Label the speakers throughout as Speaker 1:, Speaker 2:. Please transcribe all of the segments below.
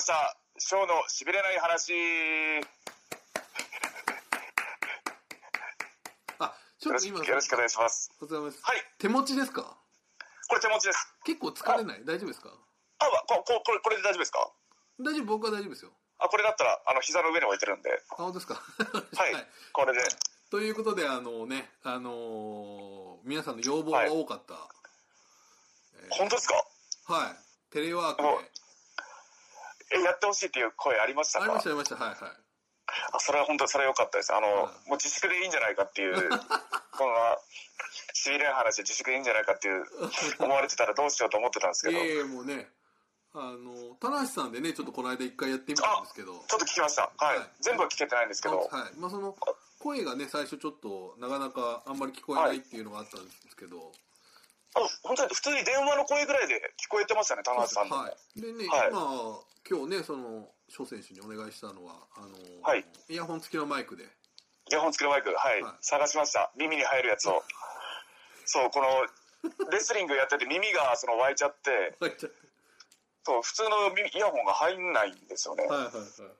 Speaker 1: した。ショーのしびれない話。
Speaker 2: あ、ち
Speaker 1: よ
Speaker 2: ょ
Speaker 1: ろ
Speaker 2: っと
Speaker 1: し
Speaker 2: 今、
Speaker 1: くよろしくお願いします。
Speaker 2: お疲れ様です。
Speaker 1: はい。
Speaker 2: 手持ちですか
Speaker 1: これ手持ちです。
Speaker 2: 結構疲れない大丈夫ですか
Speaker 1: あ、わこここれこれで大丈夫ですか
Speaker 2: 大丈夫僕は大丈夫ですよ。
Speaker 1: あ、これだったら、あの、膝の上に置いてるんで。
Speaker 2: あ、本当ですか
Speaker 1: はい。これで。
Speaker 2: ということで、あのね、あのー皆さんの要望が多かった。はい。
Speaker 1: 本当ですか
Speaker 2: テレワークで
Speaker 1: もう。え、やってほしいっていう声ありました
Speaker 2: あり
Speaker 1: か
Speaker 2: ました、ありました。はい、はい。
Speaker 1: あ、それは本当、それは良かったです。あの、
Speaker 2: うん
Speaker 1: もう自粛でいいんじゃないかっていう、 この、しびれない話、自粛でいいんじゃないかって いう、思われてたらどうしようと思ってたんですけど、
Speaker 2: いえいえ、もうね、あの、田無さんでね、ちょっとこの間一回やってみたんですけど。
Speaker 1: ちょっと聞きました。はい。
Speaker 2: はい
Speaker 1: 全部は聞けてないんですけど、
Speaker 2: はい。まあ、その、声がね、最初ちょっと、なかなかあんまり聞こえないっていうのがあったんですけど。
Speaker 1: あ本当に普通に電話の声ぐらいで聞こえてましたね、田中さんの。
Speaker 2: はい、でね、
Speaker 1: はい
Speaker 2: 今今日ねその翔選手にお願いしたのはあの、
Speaker 1: はい
Speaker 2: イヤホン付きのマイクで
Speaker 1: イヤホン付きのマイク、はい、
Speaker 2: はい
Speaker 1: 探しました。耳に入るやつを。そう、この、レスリングやってて耳がその湧いちゃって、
Speaker 2: 入っちゃって
Speaker 1: そう、普通の耳イヤホンが入んないんですよね。
Speaker 2: はいはいはいはいは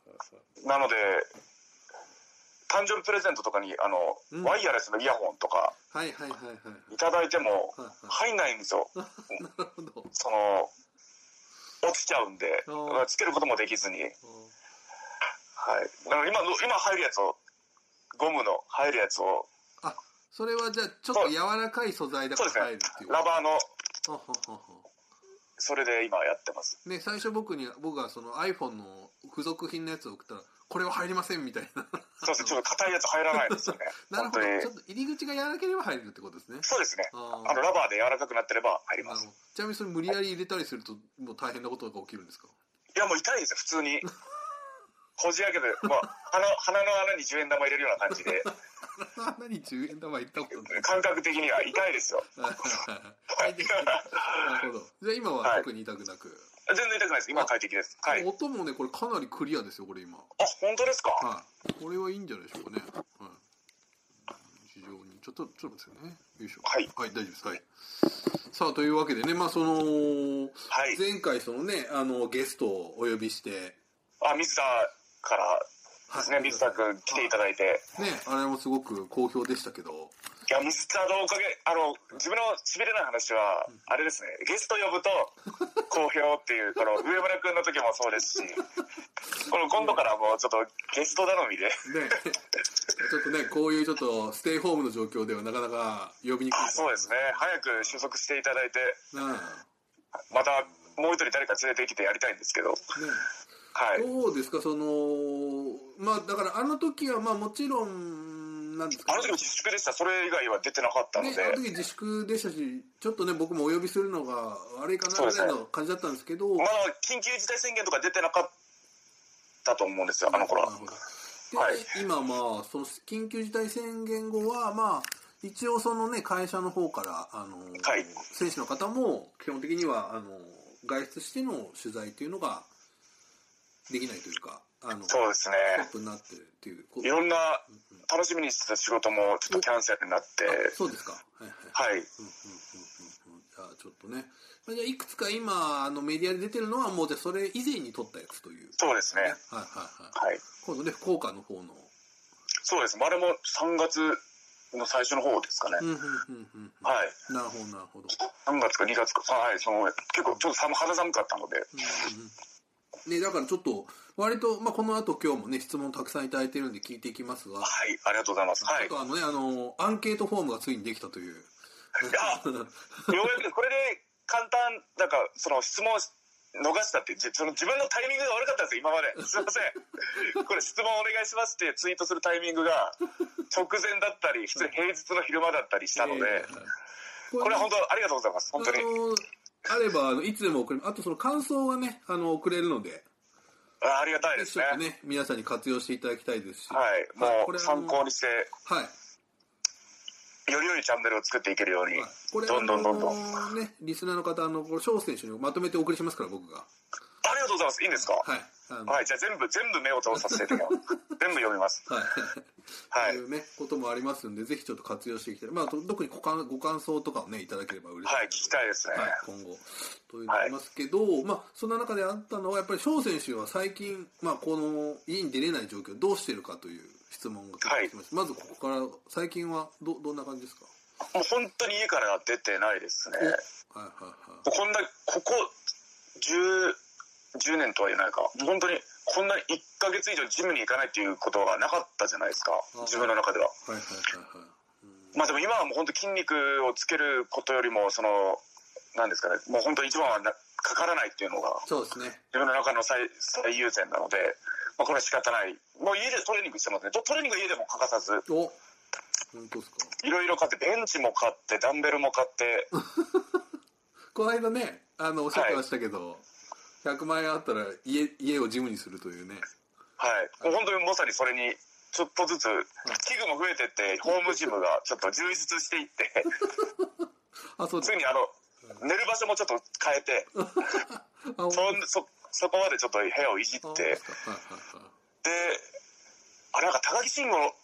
Speaker 2: い
Speaker 1: なので、誕生日プレゼントとかに、あの、
Speaker 2: うん
Speaker 1: ワイヤレスのイヤホンとか
Speaker 2: はいはいはいはいはい
Speaker 1: いただいても、
Speaker 2: はい
Speaker 1: 入んないんですよ。
Speaker 2: なるほど
Speaker 1: その、落ちちゃうんで
Speaker 2: あー、
Speaker 1: つけることもできずに。はい。だから今の、今入るやつを、ゴムの入るやつを、
Speaker 2: あそれはじゃあちょっと柔らかい素材だ
Speaker 1: そ
Speaker 2: か
Speaker 1: う
Speaker 2: ら
Speaker 1: ですね
Speaker 2: 入るっていう
Speaker 1: ラバーの、
Speaker 2: はははは
Speaker 1: それで今やってます。
Speaker 2: ね最初僕に僕がその iPhone の付属品のやつを送ったらこれは入りませんみたいな。
Speaker 1: そうですね、ちょっと硬いやつ入らないんですよね
Speaker 2: なる
Speaker 1: 本当
Speaker 2: ほど
Speaker 1: に。
Speaker 2: ちょっと入り口が柔らければ入るってことですね
Speaker 1: そうですね。
Speaker 2: あー
Speaker 1: あの、ラバーで柔らかくなってれば入り
Speaker 2: な
Speaker 1: ま
Speaker 2: る
Speaker 1: す
Speaker 2: ほ。どちなみにそれ無理やり入れたりするともう大変なことが起きるんですか
Speaker 1: いや、もう痛いですよ、普通 に。こじ開けて、まあ、鼻、鼻の穴に10円玉入れるような感じ で、
Speaker 2: 何に10円玉行ったことない。
Speaker 1: 感覚的には痛いですよ。
Speaker 2: はい、なるほど。じゃあ今は特に痛くなく。
Speaker 1: 全然痛くないです。今快適です。はい。あ、
Speaker 2: 音もね、これかなりクリアですよ、これ今。
Speaker 1: 本当ですか
Speaker 2: はい。これはいいんじゃないでしょうかね。はい。非常に。ちょっと、ちょっと待ってくださいね。よいしょ。
Speaker 1: はい
Speaker 2: はい、大丈夫です。はい。さあ、というわけでね、まあその、
Speaker 1: はい
Speaker 2: 前回そのね、あの、ゲストをお呼びして、
Speaker 1: あ、水田からですね、
Speaker 2: はい
Speaker 1: 水田君来ていただいて。
Speaker 2: ね、あれもすごく好評でしたけど、
Speaker 1: いや、水田のおかげ、あの、自分のしびれない話は、あれですね、ゲスト呼ぶと、好評っていう、 この、上村君の時もそうですし、この、今度からもうちょっと、ゲスト頼みで、
Speaker 2: ね、 ちょっとね、こういうちょっとステイホームの状況ではなかなか呼びにくい
Speaker 1: あそうですね、早く収束していただいて、
Speaker 2: ね
Speaker 1: また、もう一人誰か連れてきてやりたいんですけど、
Speaker 2: えね
Speaker 1: は
Speaker 2: え
Speaker 1: い。
Speaker 2: どうですか、その、まあだからあの時は、まあもちろん、なんですか
Speaker 1: あの時も自粛でした、それ以外は出てなかったの
Speaker 2: ね
Speaker 1: で、
Speaker 2: あの時自粛でしたし、ちょっとね、僕もお呼びするのが悪いかなみたいな感じだったんですけど、
Speaker 1: まだ緊急事態宣言とか出てなかったと思うんですよ、あの頃
Speaker 2: な
Speaker 1: は
Speaker 2: る。ほどで、
Speaker 1: はい
Speaker 2: 今まあ、その緊急事態宣言後は、まあ、一応そのね、会社の方から、あの、
Speaker 1: はい
Speaker 2: 選手の方も基本的には、あの、外出しての取材っていうのができないというか、あの、
Speaker 1: そうですね。
Speaker 2: トップになってるっていうこと
Speaker 1: いろんな、楽しみにしてた仕事も、ちょっとキャンセルになって、
Speaker 2: あそうですか。はいはい。
Speaker 1: はい。
Speaker 2: うんうんうんうんうんじゃあちょっとね。まあじゃあいくつか今、あのメディアで出てるのはもうじゃあそれ以前に撮ったやつという。
Speaker 1: そうですね
Speaker 2: はいはいはい。
Speaker 1: はい。
Speaker 2: 今度ね、福岡の方の。
Speaker 1: そうです。あれも3月の最初の方ですかね。
Speaker 2: うんうんうんうんうん。
Speaker 1: はい。
Speaker 2: なるほどなるほど。
Speaker 1: 3月か2月か。あはい。その、結構ちょっと寒肌寒かったので。
Speaker 2: うんうんね、だからちょっと、割と、まあ、この後今日もね、質問たくさんいただいてるんで聞いていきますが、
Speaker 1: はい。ありがとうございます。はい。
Speaker 2: ち
Speaker 1: よ
Speaker 2: ょっとあのね、あの、アンケートフォームがついにできたという。
Speaker 1: うやくですこれで簡単、なんか、その質問逃したっていう、じその自分のタイミングが悪かったんですよ、今ま で。すいません。これ質問お願いしますってツイートするタイミングが、直前だったり、普通に平日の昼間だったりしたの
Speaker 2: え
Speaker 1: で、
Speaker 2: ー
Speaker 1: これは本当ありがとうございます。本当に。
Speaker 2: あの、あれば、あのいつでも送れあとその感想がね、あの、送れるので、
Speaker 1: あありがたいです
Speaker 2: ちょ
Speaker 1: ね
Speaker 2: っ。とね、皆さんに活用していただきたいですし、
Speaker 1: はい。
Speaker 2: はい
Speaker 1: も
Speaker 2: これ
Speaker 1: う
Speaker 2: あの
Speaker 1: 参考にして、
Speaker 2: はい。
Speaker 1: より良いチャンネルを作っていけるように、
Speaker 2: はいこれ、
Speaker 1: どんどんどんどん。あ
Speaker 2: あのね、リスナーの方、あの、これ、翔選手にまとめてお送りしますから、僕が。
Speaker 1: りがとうございます。いいんですか
Speaker 2: はい。あの
Speaker 1: はい、じゃあ全部、全部目を通させていただきます。全部読み ます。
Speaker 2: はい。
Speaker 1: は
Speaker 2: と
Speaker 1: い。
Speaker 2: いうね、こともありますんで、ぜひちょっと活用していきたい。まあ、と特にご感ご感想とかをね、いただければ嬉しい。
Speaker 1: はい、聞きたいですね。
Speaker 2: はい、今後というのがありますけど、まあ、そんな中であったのはやっぱり翔選手は最近、まあ、この家に出れない状況どうしてるかという質問が来てました、まずここから最近はどどんな感じですか
Speaker 1: もう本当に家から出てないですね。
Speaker 2: はいはい
Speaker 1: こんな、ここ10、10年とは言えないか。本当に、こんなに1ヶ月以上ジムに行かないっていうことがなかったじゃないですか
Speaker 2: あ。
Speaker 1: 自分の中では。
Speaker 2: はいはいはいはいはい
Speaker 1: まあでも今はもう本当筋肉をつけることよりも、その、なんですかね、もう本当一番はなかからないっていうのが、
Speaker 2: そうですね
Speaker 1: 自分の中の最最優先なので、まあこれは仕方ない。もう家でトレーニングしてますね。トトレーニングは家でも欠かさず、
Speaker 2: お本当ですか
Speaker 1: いろいろ買って、ベンチも買って、ダンベルも買って、
Speaker 2: この間ねあのおっしゃってましたけど、100万円あったら家家をジムにするというね
Speaker 1: はい。もう本当にまさにそれに、ちょっとずつ、器具も増えてって、ホームジムがちょっと充実していって、
Speaker 2: あそうで
Speaker 1: つ
Speaker 2: す
Speaker 1: いにあの、寝る場所もちょっと変えて、
Speaker 2: あお
Speaker 1: そんそ、そこまでちょっと部屋をいじっ
Speaker 2: あそうで
Speaker 1: て
Speaker 2: す、かはい
Speaker 1: で、あ、なんか高木慎吾
Speaker 2: はいはい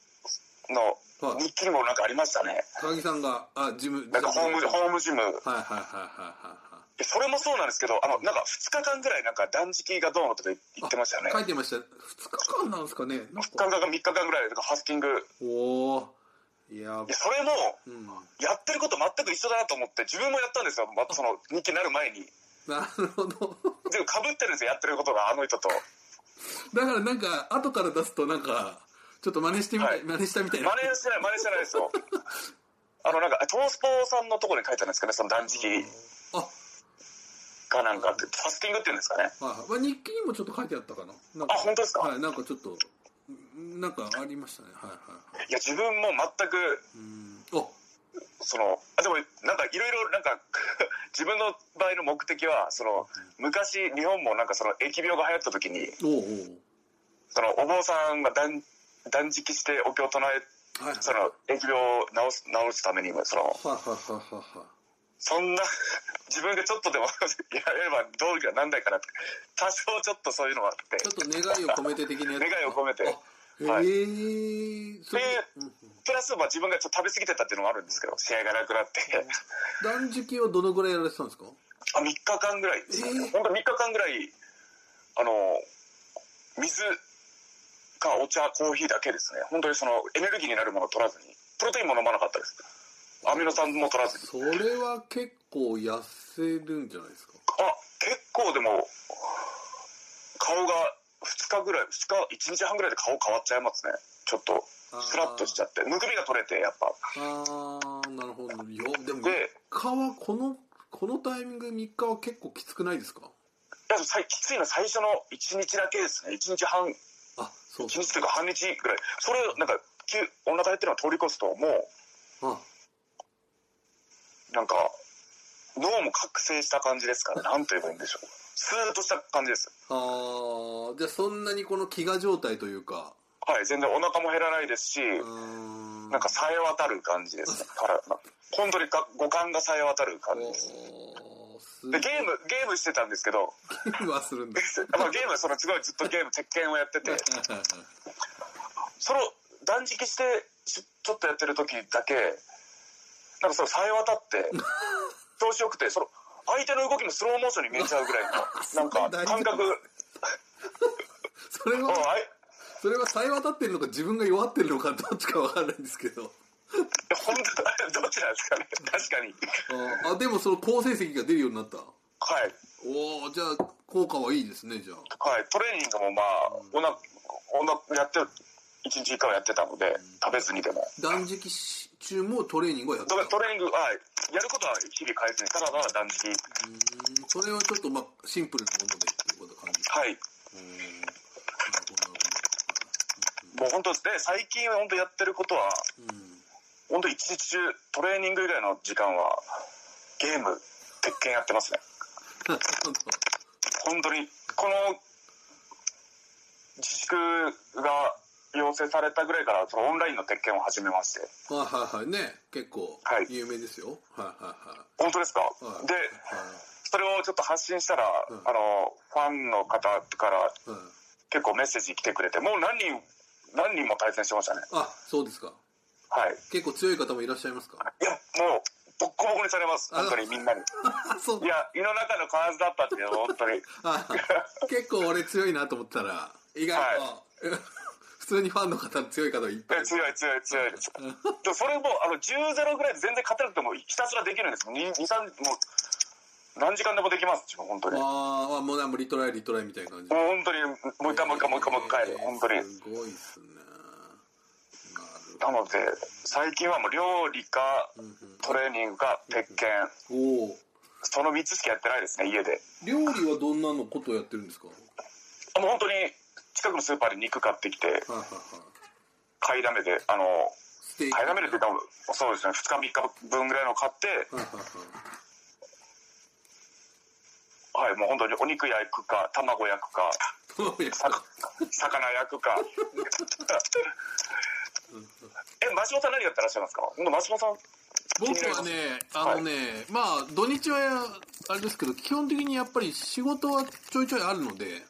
Speaker 1: の
Speaker 2: はい
Speaker 1: 日記にもなんかありましたね。
Speaker 2: 高木さんがあジム
Speaker 1: なんかホーム、
Speaker 2: はい
Speaker 1: ホ
Speaker 2: はい
Speaker 1: ームジム。
Speaker 2: はいはいはいはい
Speaker 1: でそれもそうなんですけど、あの、なんか2日間ぐらいなんか断食がどうのとか言ってましたよね
Speaker 2: 書。いてました。2日間なんですかね。
Speaker 1: 2
Speaker 2: なん
Speaker 1: 日
Speaker 2: か
Speaker 1: 間か3日間ぐらいでハスキング。い
Speaker 2: おお。いや、
Speaker 1: や、それも、
Speaker 2: うん。な
Speaker 1: やってること全く一緒だなと思って、自分もやったんですよ。ま、その日記になる前に。
Speaker 2: るほど。
Speaker 1: でも被ってるんですよ、やってることが、あの人と。
Speaker 2: だからなんか、後から出すとなんか、ちょっと真似してみた
Speaker 1: はい
Speaker 2: い、真似したみたい
Speaker 1: 真
Speaker 2: な。
Speaker 1: 似してない、真似してないですよ。 あの、なんか、トースポーさんのところに書いてあるんですかね、その断食
Speaker 2: あ、はい
Speaker 1: かなんかって、ファスティングって言うんですかね。
Speaker 2: はい。まあ、日記にもちょっと書いてあったかな。なんか
Speaker 1: あ本当ですか
Speaker 2: はい、なんかちょっと、んなんかありましたね。はいはいはい。
Speaker 1: いや、自分も全く、
Speaker 2: うん。あ、
Speaker 1: その、あでも、なんか、いろいろ、なんか、 自分の場合の目的は、その、昔、日本もなんか、その、疫病が流行った時に、
Speaker 2: おうおう。
Speaker 1: その、お坊さんが断断食してお経を唱え、
Speaker 2: はいはい。
Speaker 1: その、疫病を治す、治すために、その、
Speaker 2: はいはいはいはいはい。
Speaker 1: そんな、 自分がちょっとでも やればどうにかなんないかなって、多少ちょっとそういうのがあって
Speaker 2: ち、ょっと願いを込めて的なやつ。
Speaker 1: 願いを込めて
Speaker 2: あ
Speaker 1: はい
Speaker 2: へえ、それ
Speaker 1: で
Speaker 2: うんうん
Speaker 1: プラスまあ自分がちょっと食べ過ぎてたっていうのもあるんですけど、試合がなくなって、
Speaker 2: 断食はどのぐらいやられてたんですか
Speaker 1: あ3日間ぐらいですかね、
Speaker 2: えー
Speaker 1: ほんと3日間ぐらい、あの、水かお茶、コーヒーだけですね、本当にそのエネルギーになるものを取らずに、プロテインも飲まなかったです。アミノ酸も取らずに。
Speaker 2: それは結構痩せるんじゃないですか
Speaker 1: あ、結構でも、顔が2日ぐらい、2日、1日半ぐらいで顔変わっちゃいますね。ちょっと、スラッとしちゃって。むくみが取れて、やっぱ。
Speaker 2: あーなるほどよでも3
Speaker 1: で、
Speaker 2: 日はこのこのタイミング3日は結構きつくないですか
Speaker 1: いやさいきついのは最初の1日だけですね。1日半、1
Speaker 2: あそうか
Speaker 1: 日というか半日ぐらい。それをなんか、急お腹減ってるのを通り越すと、もう、
Speaker 2: あ
Speaker 1: なんか、脳も覚醒した感じです から、なんと言えばいいんでしょう。スーッとした感じです。
Speaker 2: あーじゃあそんなにこの飢餓状態というか
Speaker 1: はい、全然お腹も減らないですし、
Speaker 2: うーん
Speaker 1: なんか冴え渡る感じですね。から本当にか五感が冴え渡る感じです。
Speaker 2: おーすご
Speaker 1: で
Speaker 2: い
Speaker 1: ゲーム、ゲームしてたんですけど、
Speaker 2: ゲームはするんだ
Speaker 1: まあ、ゲームはそのすごいずっとゲーム、鉄拳をやってて、その断食してしちょっとやってる時だけ、なんかそのさえ渡 って、調子よくて、その相手の動きもスローモーションに見えちゃうぐらい の、なんか感覚、うん
Speaker 2: それは
Speaker 1: あい
Speaker 2: それはさえ渡ってるのか自分が弱ってるのかどっちかわからないんですけど
Speaker 1: いや本当だ、どっちなんですかね、確かに。
Speaker 2: あーあでもその好成績が出るようになった
Speaker 1: はい、
Speaker 2: おおじゃあ効果はいいですねじゃあ
Speaker 1: はい、トレーニングもまあ、おな、おな、やって、一日以下はやってたので、食べずにでも。
Speaker 2: 断食中もトレーニングをやって
Speaker 1: だから
Speaker 2: た
Speaker 1: トレーニング、はい、やることは日々変えずに、ただただ断食、
Speaker 2: うんそれはちょっとまあシンプルなものでっていうこと感じ
Speaker 1: はい、
Speaker 2: うんなる
Speaker 1: もう本当で最近は本当やってることは
Speaker 2: ほどなるほどうん
Speaker 1: 本当一日中トレーニング以外の時間はゲーム鉄拳やってますね
Speaker 2: なるほど
Speaker 1: 本当にこの自粛が要請されたぐらいからそのオンラインの鉄拳を始めまして
Speaker 2: はいはいはいね結構
Speaker 1: はい
Speaker 2: 有名ですよはいは
Speaker 1: 本当ですか、
Speaker 2: いはい
Speaker 1: で
Speaker 2: は
Speaker 1: それをちょっと発信したら、
Speaker 2: うん
Speaker 1: あのファンの方から
Speaker 2: いはい
Speaker 1: 結構メッセージ来てくれてもう何人何人も対戦してましたね。
Speaker 2: あそうですか
Speaker 1: はい。
Speaker 2: 結構強い方もいらっしゃいますか
Speaker 1: いや、もう、ボッコボコにされます。本当にみんなに。
Speaker 2: あそう
Speaker 1: いや、胃の中の蛙だったっていうのは本 当に。
Speaker 2: あ結構俺強いなと思ったら意外と、 普通にファンの方強い方がいっぱい
Speaker 1: え強い強い強いです。でそれもあの10ゼロぐらいで全然勝てなくてもひたすらできるんです。二二三もう何時間でもできます。本当に。もう
Speaker 2: ああもうなんかリトライリトライみたいな感じ
Speaker 1: 本当にもう一回もう一回もう一回もう一回本当に。
Speaker 2: すごいっすねな
Speaker 1: な
Speaker 2: る
Speaker 1: ので最近はもう料理かトレーニングか鉄拳
Speaker 2: ほどおー
Speaker 1: その3つしかやってないですね家で。
Speaker 2: 料理はどんなのことをやってるんですかは
Speaker 1: もう本当に近くのスーパーで肉買ってきて
Speaker 2: いはいはい
Speaker 1: 買いだめであの
Speaker 2: ステーキ
Speaker 1: 買いだめでって多分そうですね2日3日分ぐらいの買って。
Speaker 2: はいはいは
Speaker 1: はい、もう本当にお肉焼くか、卵焼くか、
Speaker 2: いどうやった
Speaker 1: さ魚焼くか。え、マシモさん何やってらっしゃいますか。今度マシモさん。
Speaker 2: 僕はね、あのね、まあ、土日は、あれですけど、基本的にやっぱり仕事はちょいちょいあるので、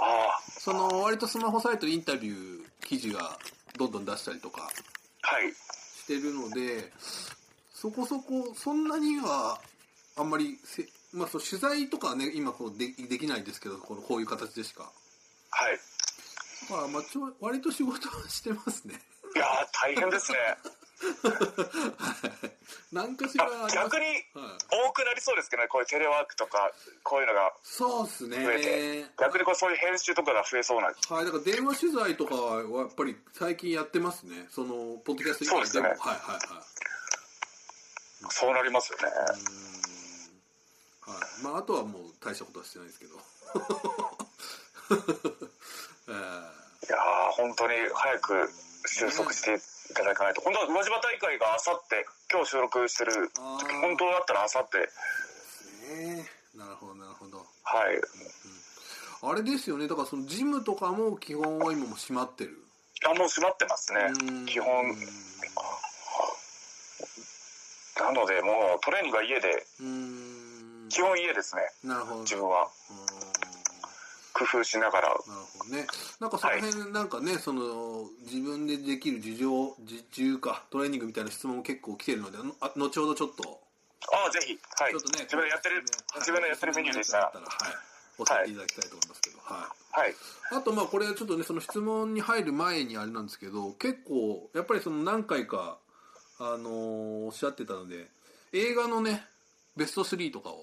Speaker 1: ああ、
Speaker 2: その、割とスマホサイトでインタビュー記事がどんどん出したりとか
Speaker 1: はい。
Speaker 2: してるので、そこそこ、そんなには、あんまりせ、まあ、そう取材とかはね、今こうで、できないですけど、このこういう形でしか。
Speaker 1: はい。
Speaker 2: だから、まあ、ちょい割と仕事はしてますね。
Speaker 1: いやー、大変ですね。
Speaker 2: 何かしらあり
Speaker 1: あ
Speaker 2: ます
Speaker 1: 逆に。
Speaker 2: はい
Speaker 1: 多くなりそうですけどね、こういうテレワークとか、こういうのが
Speaker 2: そうですね。
Speaker 1: 増えて、逆にこうそういう編集とかが増えそうな。
Speaker 2: はい、だから電話取材とかはやっぱり最近やってますね。その、ポッドキャスト以外
Speaker 1: そうですね
Speaker 2: はいはいは
Speaker 1: そうなりますよね。
Speaker 2: い。うーん。はい。まあ、あとはもう大したことはしてないですけど。 え
Speaker 1: いやー、本当に早く収束していただかないと。本当は宇和島大会があさって、今日収録してる
Speaker 2: あ
Speaker 1: 時
Speaker 2: ー
Speaker 1: 本当だったらあさって。
Speaker 2: ーねえなるほど、なるほど。
Speaker 1: はい。
Speaker 2: あれですよね。だからそのジムとかも基本は今も閉まってる。
Speaker 1: あ、もう閉まってますね
Speaker 2: うー。ん
Speaker 1: 基本。なので、もうトレーニングは家で、
Speaker 2: うーん。
Speaker 1: 基本家ですね。
Speaker 2: なるほど。
Speaker 1: 自分は
Speaker 2: うーん
Speaker 1: 工夫しながら。
Speaker 2: なるほどね。なんかその辺、なんかね、その、自分でできる事情、自重か、トレーニングみたいな質問も結構来てるので、あのあ後ほどちょっと、
Speaker 1: ああ、ぜひ。はい。
Speaker 2: ちょっとね、
Speaker 1: 自分でやってる、自分でやってるメニューでした
Speaker 2: は
Speaker 1: ら
Speaker 2: い。。教えていただきたいと思いますけど、は
Speaker 1: はい。
Speaker 2: い。あと、まあ、これはちょっとね、その質問に入る前にあれなんですけど、結構、やっぱりその何回か、あのーおっしゃってたので、映画のね、ベスト3とかを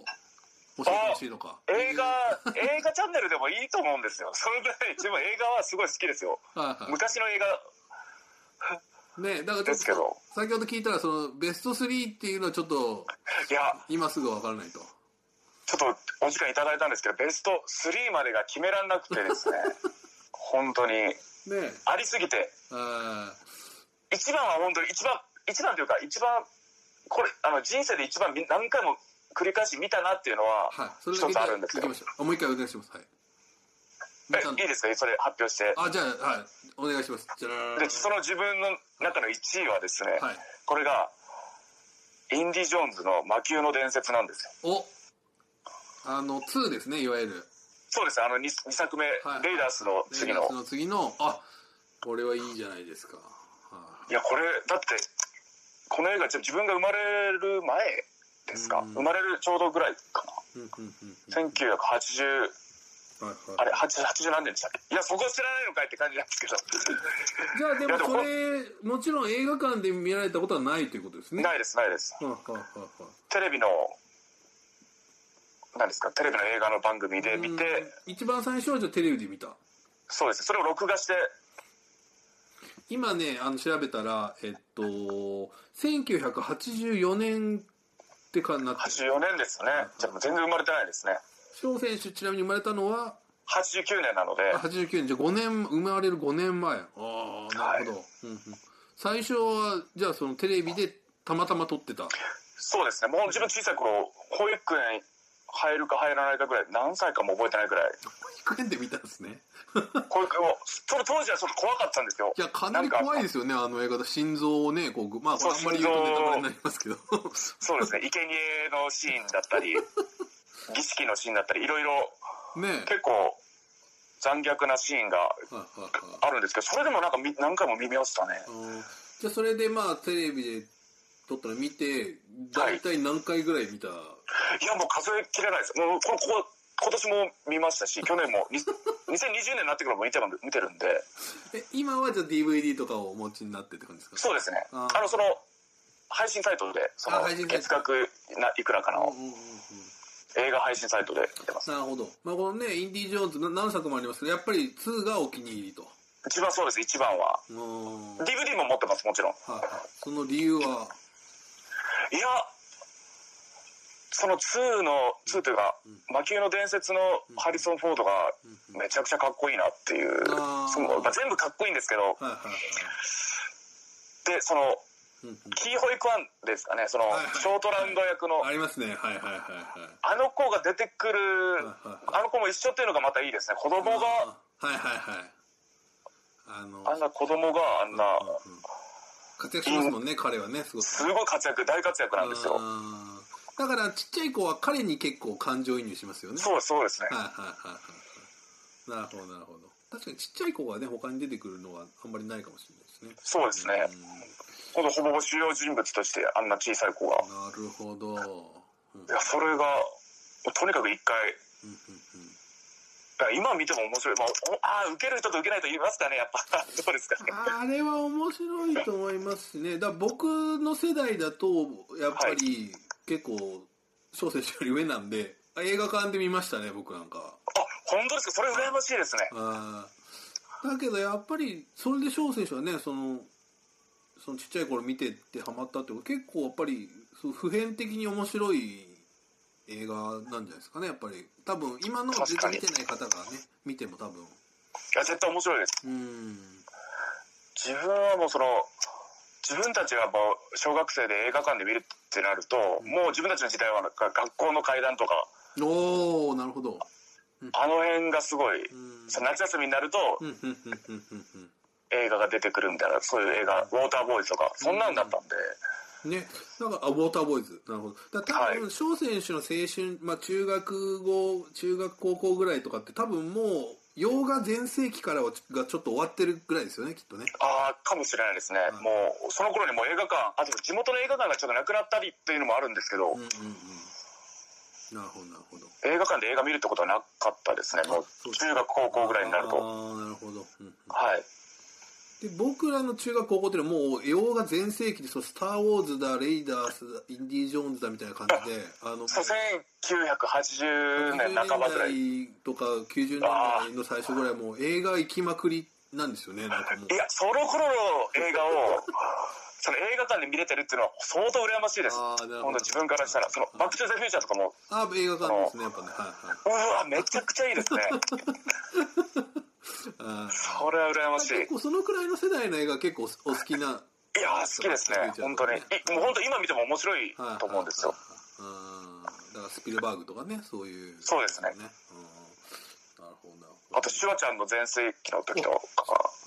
Speaker 2: 教えてほしいとか。
Speaker 1: 映画、映画チャンネルでもいいと思うんですよ。それぐらい、自分映画はすごい好きですよ。
Speaker 2: はいはい。
Speaker 1: 昔の映画、
Speaker 2: ね、だからちょ
Speaker 1: で
Speaker 2: っ
Speaker 1: すけど
Speaker 2: と、先ほど聞いたら、その、ベスト3っていうのはちょっと、
Speaker 1: いや、
Speaker 2: 今すぐわからないと。
Speaker 1: ちょっとお時間いただいたんですけど、ベスト3までが決めらんなくてです ね。本当に、
Speaker 2: ね
Speaker 1: ありすぎて。
Speaker 2: あ
Speaker 1: 一番は本当に一番一番というか一番これあの人生で一番み何回も繰り返し見たなっていうのは
Speaker 2: ーはい。それだ
Speaker 1: 一
Speaker 2: け
Speaker 1: つあるんです
Speaker 2: 聞き
Speaker 1: よ、
Speaker 2: ました。あもう一回お願いします。はい。
Speaker 1: えいいですかそれ発表して
Speaker 2: あ、じゃあ、はい。お願いします。じゃら
Speaker 1: でその自分の中の1位はですね、
Speaker 2: はい。
Speaker 1: これがインディ・ジョーンズの魔球の伝説なんですよ
Speaker 2: おあの、2ですね、いわゆる。
Speaker 1: そうですあの 2, 作目、
Speaker 2: はい
Speaker 1: レイダースの次
Speaker 2: レイ
Speaker 1: の
Speaker 2: ダースの次の、あ、これはいいじゃないですか。はい
Speaker 1: やこれだってこの映画じゃ自分が生まれる前ですか、
Speaker 2: うん
Speaker 1: 生まれるちょうどぐらいか
Speaker 2: い。うんうんうん
Speaker 1: な、1980
Speaker 2: うんはい
Speaker 1: あ
Speaker 2: はい
Speaker 1: れ 80, 80何年でしたっけいやそこ知らないのかいって感じなんですけど
Speaker 2: じゃあで
Speaker 1: いやで
Speaker 2: も
Speaker 1: も
Speaker 2: それ、もちろん映画館で見られたことはないということですね。。
Speaker 1: ないいですないです
Speaker 2: はいはいはいは
Speaker 1: テレビの何ですかテレビの映画の番組で
Speaker 2: い。
Speaker 1: 見て、
Speaker 2: うん、一番最初はじゃあテレビで見た。
Speaker 1: そうですそれを録画して
Speaker 2: 今ね、あの、調べたら、えっと、1984年ってかなってる。
Speaker 1: 84年ですよね
Speaker 2: はい
Speaker 1: じゃあもう全然生まれてないですね
Speaker 2: 翔選手、ちなみに生まれたのは、
Speaker 1: 89年なので
Speaker 2: あ89年、じゃあ5年、生まれる5年前。ああ、なるほど、うんうん。最初は、じゃあそのテレビでたまたま撮ってた。
Speaker 1: そうですねもう自分小さい頃保育園入るか入らないかぐらい何歳かも覚えてないぐらい
Speaker 2: 保育園で見たんですね。
Speaker 1: 保育園をその当時はちょっと怖かったんですよ
Speaker 2: いや、かなり怖いですよね、あの映画だ。心臓をね、こうぐ、まあ、
Speaker 1: そ
Speaker 2: こ
Speaker 1: う
Speaker 2: れあんまり言うと
Speaker 1: 心
Speaker 2: ネ
Speaker 1: 臓
Speaker 2: タバレになりますけど。
Speaker 1: そうですね生贄のシ ーンだったり儀式のシーンだったりいろいろ
Speaker 2: ねえ
Speaker 1: 結構残虐なシーンが
Speaker 2: いはいはい
Speaker 1: あるんですけど、それでもなんかみ何回も耳をしたね。
Speaker 2: あーじゃあそれでまあテレビで撮ったら見て大体何回ぐらい見た、
Speaker 1: いや、もう数えきれないです。もう、こここ、今年も見ましたし、去年 も、に2020年になってからも見てる見てるんで、
Speaker 2: え今はじゃあ DVD とかをお持ちになってって感じですか
Speaker 1: そうですね。
Speaker 2: あ
Speaker 1: あ
Speaker 2: ー
Speaker 1: の、その、配信サイトで、そ
Speaker 2: あ
Speaker 1: の、
Speaker 2: 配信サイト
Speaker 1: 月額ないくらかの
Speaker 2: うんうんうんうん
Speaker 1: 映画配信サイトで見てます。
Speaker 2: なるほど、まあ、このねインディ・ジョーンズな何作もありますけどやっぱり2がお気に入りと
Speaker 1: 一番そうです、一番は。
Speaker 2: うーんはい
Speaker 1: DVD も持ってます、もちろん。
Speaker 2: はいその理由はい
Speaker 1: や、その2の、2というか、魔球の伝説のハリソン・フォードがめちゃくちゃかっこいいなっていう、
Speaker 2: あー
Speaker 1: そのまあ、全部かっこいいんですけど、
Speaker 2: はいはいはい
Speaker 1: で、その、
Speaker 2: うんうん
Speaker 1: キーホイクワンですかね、その
Speaker 2: はいはい、
Speaker 1: ショートラウンド役の、
Speaker 2: ありますねはいはいはい
Speaker 1: あの子が出てくる
Speaker 2: いは
Speaker 1: あ
Speaker 2: い、
Speaker 1: の子も一緒っていうのがまたいいですね。子供
Speaker 2: はい
Speaker 1: が、
Speaker 2: はいはいはいあの
Speaker 1: あんな子供があんな、
Speaker 2: うんうん活躍しますもんね彼はねすごく
Speaker 1: すごい活躍、大活躍なんですよ。
Speaker 2: あーだからちっちゃい子は彼に結構感情移入しますよね
Speaker 1: そうです、そうですね。
Speaker 2: はいはいはいはいなるほどなるほど確かにちっちゃい子がね他に出てくるのはあんまりないかもしれないですね
Speaker 1: そうですね。ほぼほぼ主要人物としてあんな小さい子が。
Speaker 2: うんなるほど、うんうんうん
Speaker 1: いや、それが、とにかく一回、いや今見ても面白い。まあ、おあー、受ける人と受けない人いますかね、やっぱ。 どうですかね。
Speaker 2: あれは面白いと思いますねだから僕の世代だとやっぱり結構小説より上なんで映画館で見ましたね僕なんかは
Speaker 1: あ、本当ですかそれ羨ましいですね。
Speaker 2: あーだけどやっぱりそれで翔選手はねそのそのちっちゃい頃見てってハマったってこと結構やっぱりそう普遍的に面白い映画なんじゃないですかねやっぱり多分今の
Speaker 1: 確
Speaker 2: 絶
Speaker 1: か
Speaker 2: 対
Speaker 1: に
Speaker 2: 見てない方がね見ても多分
Speaker 1: いや、絶対面白いです。
Speaker 2: うん
Speaker 1: 自分はもうその自分たちがもう小学生で映画館で見るってなると、もう自分たちの時代はなんか学校の階段とか
Speaker 2: おおなるほど
Speaker 1: あの辺がすごい、
Speaker 2: うん
Speaker 1: その夏休みになると、
Speaker 2: うんうんうんうんうんうん
Speaker 1: 映画が出てくるみたいなそういう映画「ウォーターボーイズ」とかそんなんだったんで、
Speaker 2: ね、なんかあウォーターボーイズなるほどだから多
Speaker 1: は
Speaker 2: 分翔、選手の青春、まあ、中学後中学高校ぐらいとかって多分もう洋画全盛期からはちがちょっと終わってるぐらいですよねきっとね
Speaker 1: ああかもしれないですね、
Speaker 2: ん
Speaker 1: もうその頃にもう映画館あと地元の映画館がちょっとなくなったりっていうのもあるんですけど、
Speaker 2: うんうんうんなるほどなるほど
Speaker 1: 映画館で映画見るってことはなかったですねも
Speaker 2: あそう
Speaker 1: う
Speaker 2: です
Speaker 1: 中学高校ぐらいになると
Speaker 2: ああなるほど、うんうん
Speaker 1: はい
Speaker 2: で僕らの中学高校っていうのはもう洋画全盛期で「そうスター・ウォーズ」だ「レイダース」だ「インディ・ジョーンズ」だみたいな感じであの
Speaker 1: そう1980年半ばぐらい
Speaker 2: 80年代とか90年代の最初ぐらいもう映画行きまくりなんですよねなんかもう
Speaker 1: いや、その頃の映画を、その映画館で見れてるっていうのは相当羨ましいです。
Speaker 2: あーなるほど
Speaker 1: 今度自分からしたら、その、バックトゥザフューチャーとかも、
Speaker 2: あ映画館ですねやっぱねはいはいう
Speaker 1: わ、めちゃくちゃいいですね。
Speaker 2: あー
Speaker 1: それは羨ましい。い
Speaker 2: 結構そのくらいの世代の映画結構おお好きな
Speaker 1: やー、好きですね。本当に。いもう本当今見ても面白い
Speaker 2: はい
Speaker 1: と思うんですよ。
Speaker 2: はいはいはいうんだからスピルバーグとかねそういう
Speaker 1: そうですね
Speaker 2: うんなるほどなるほど
Speaker 1: あと、シュワちゃんの全盛期の時とか、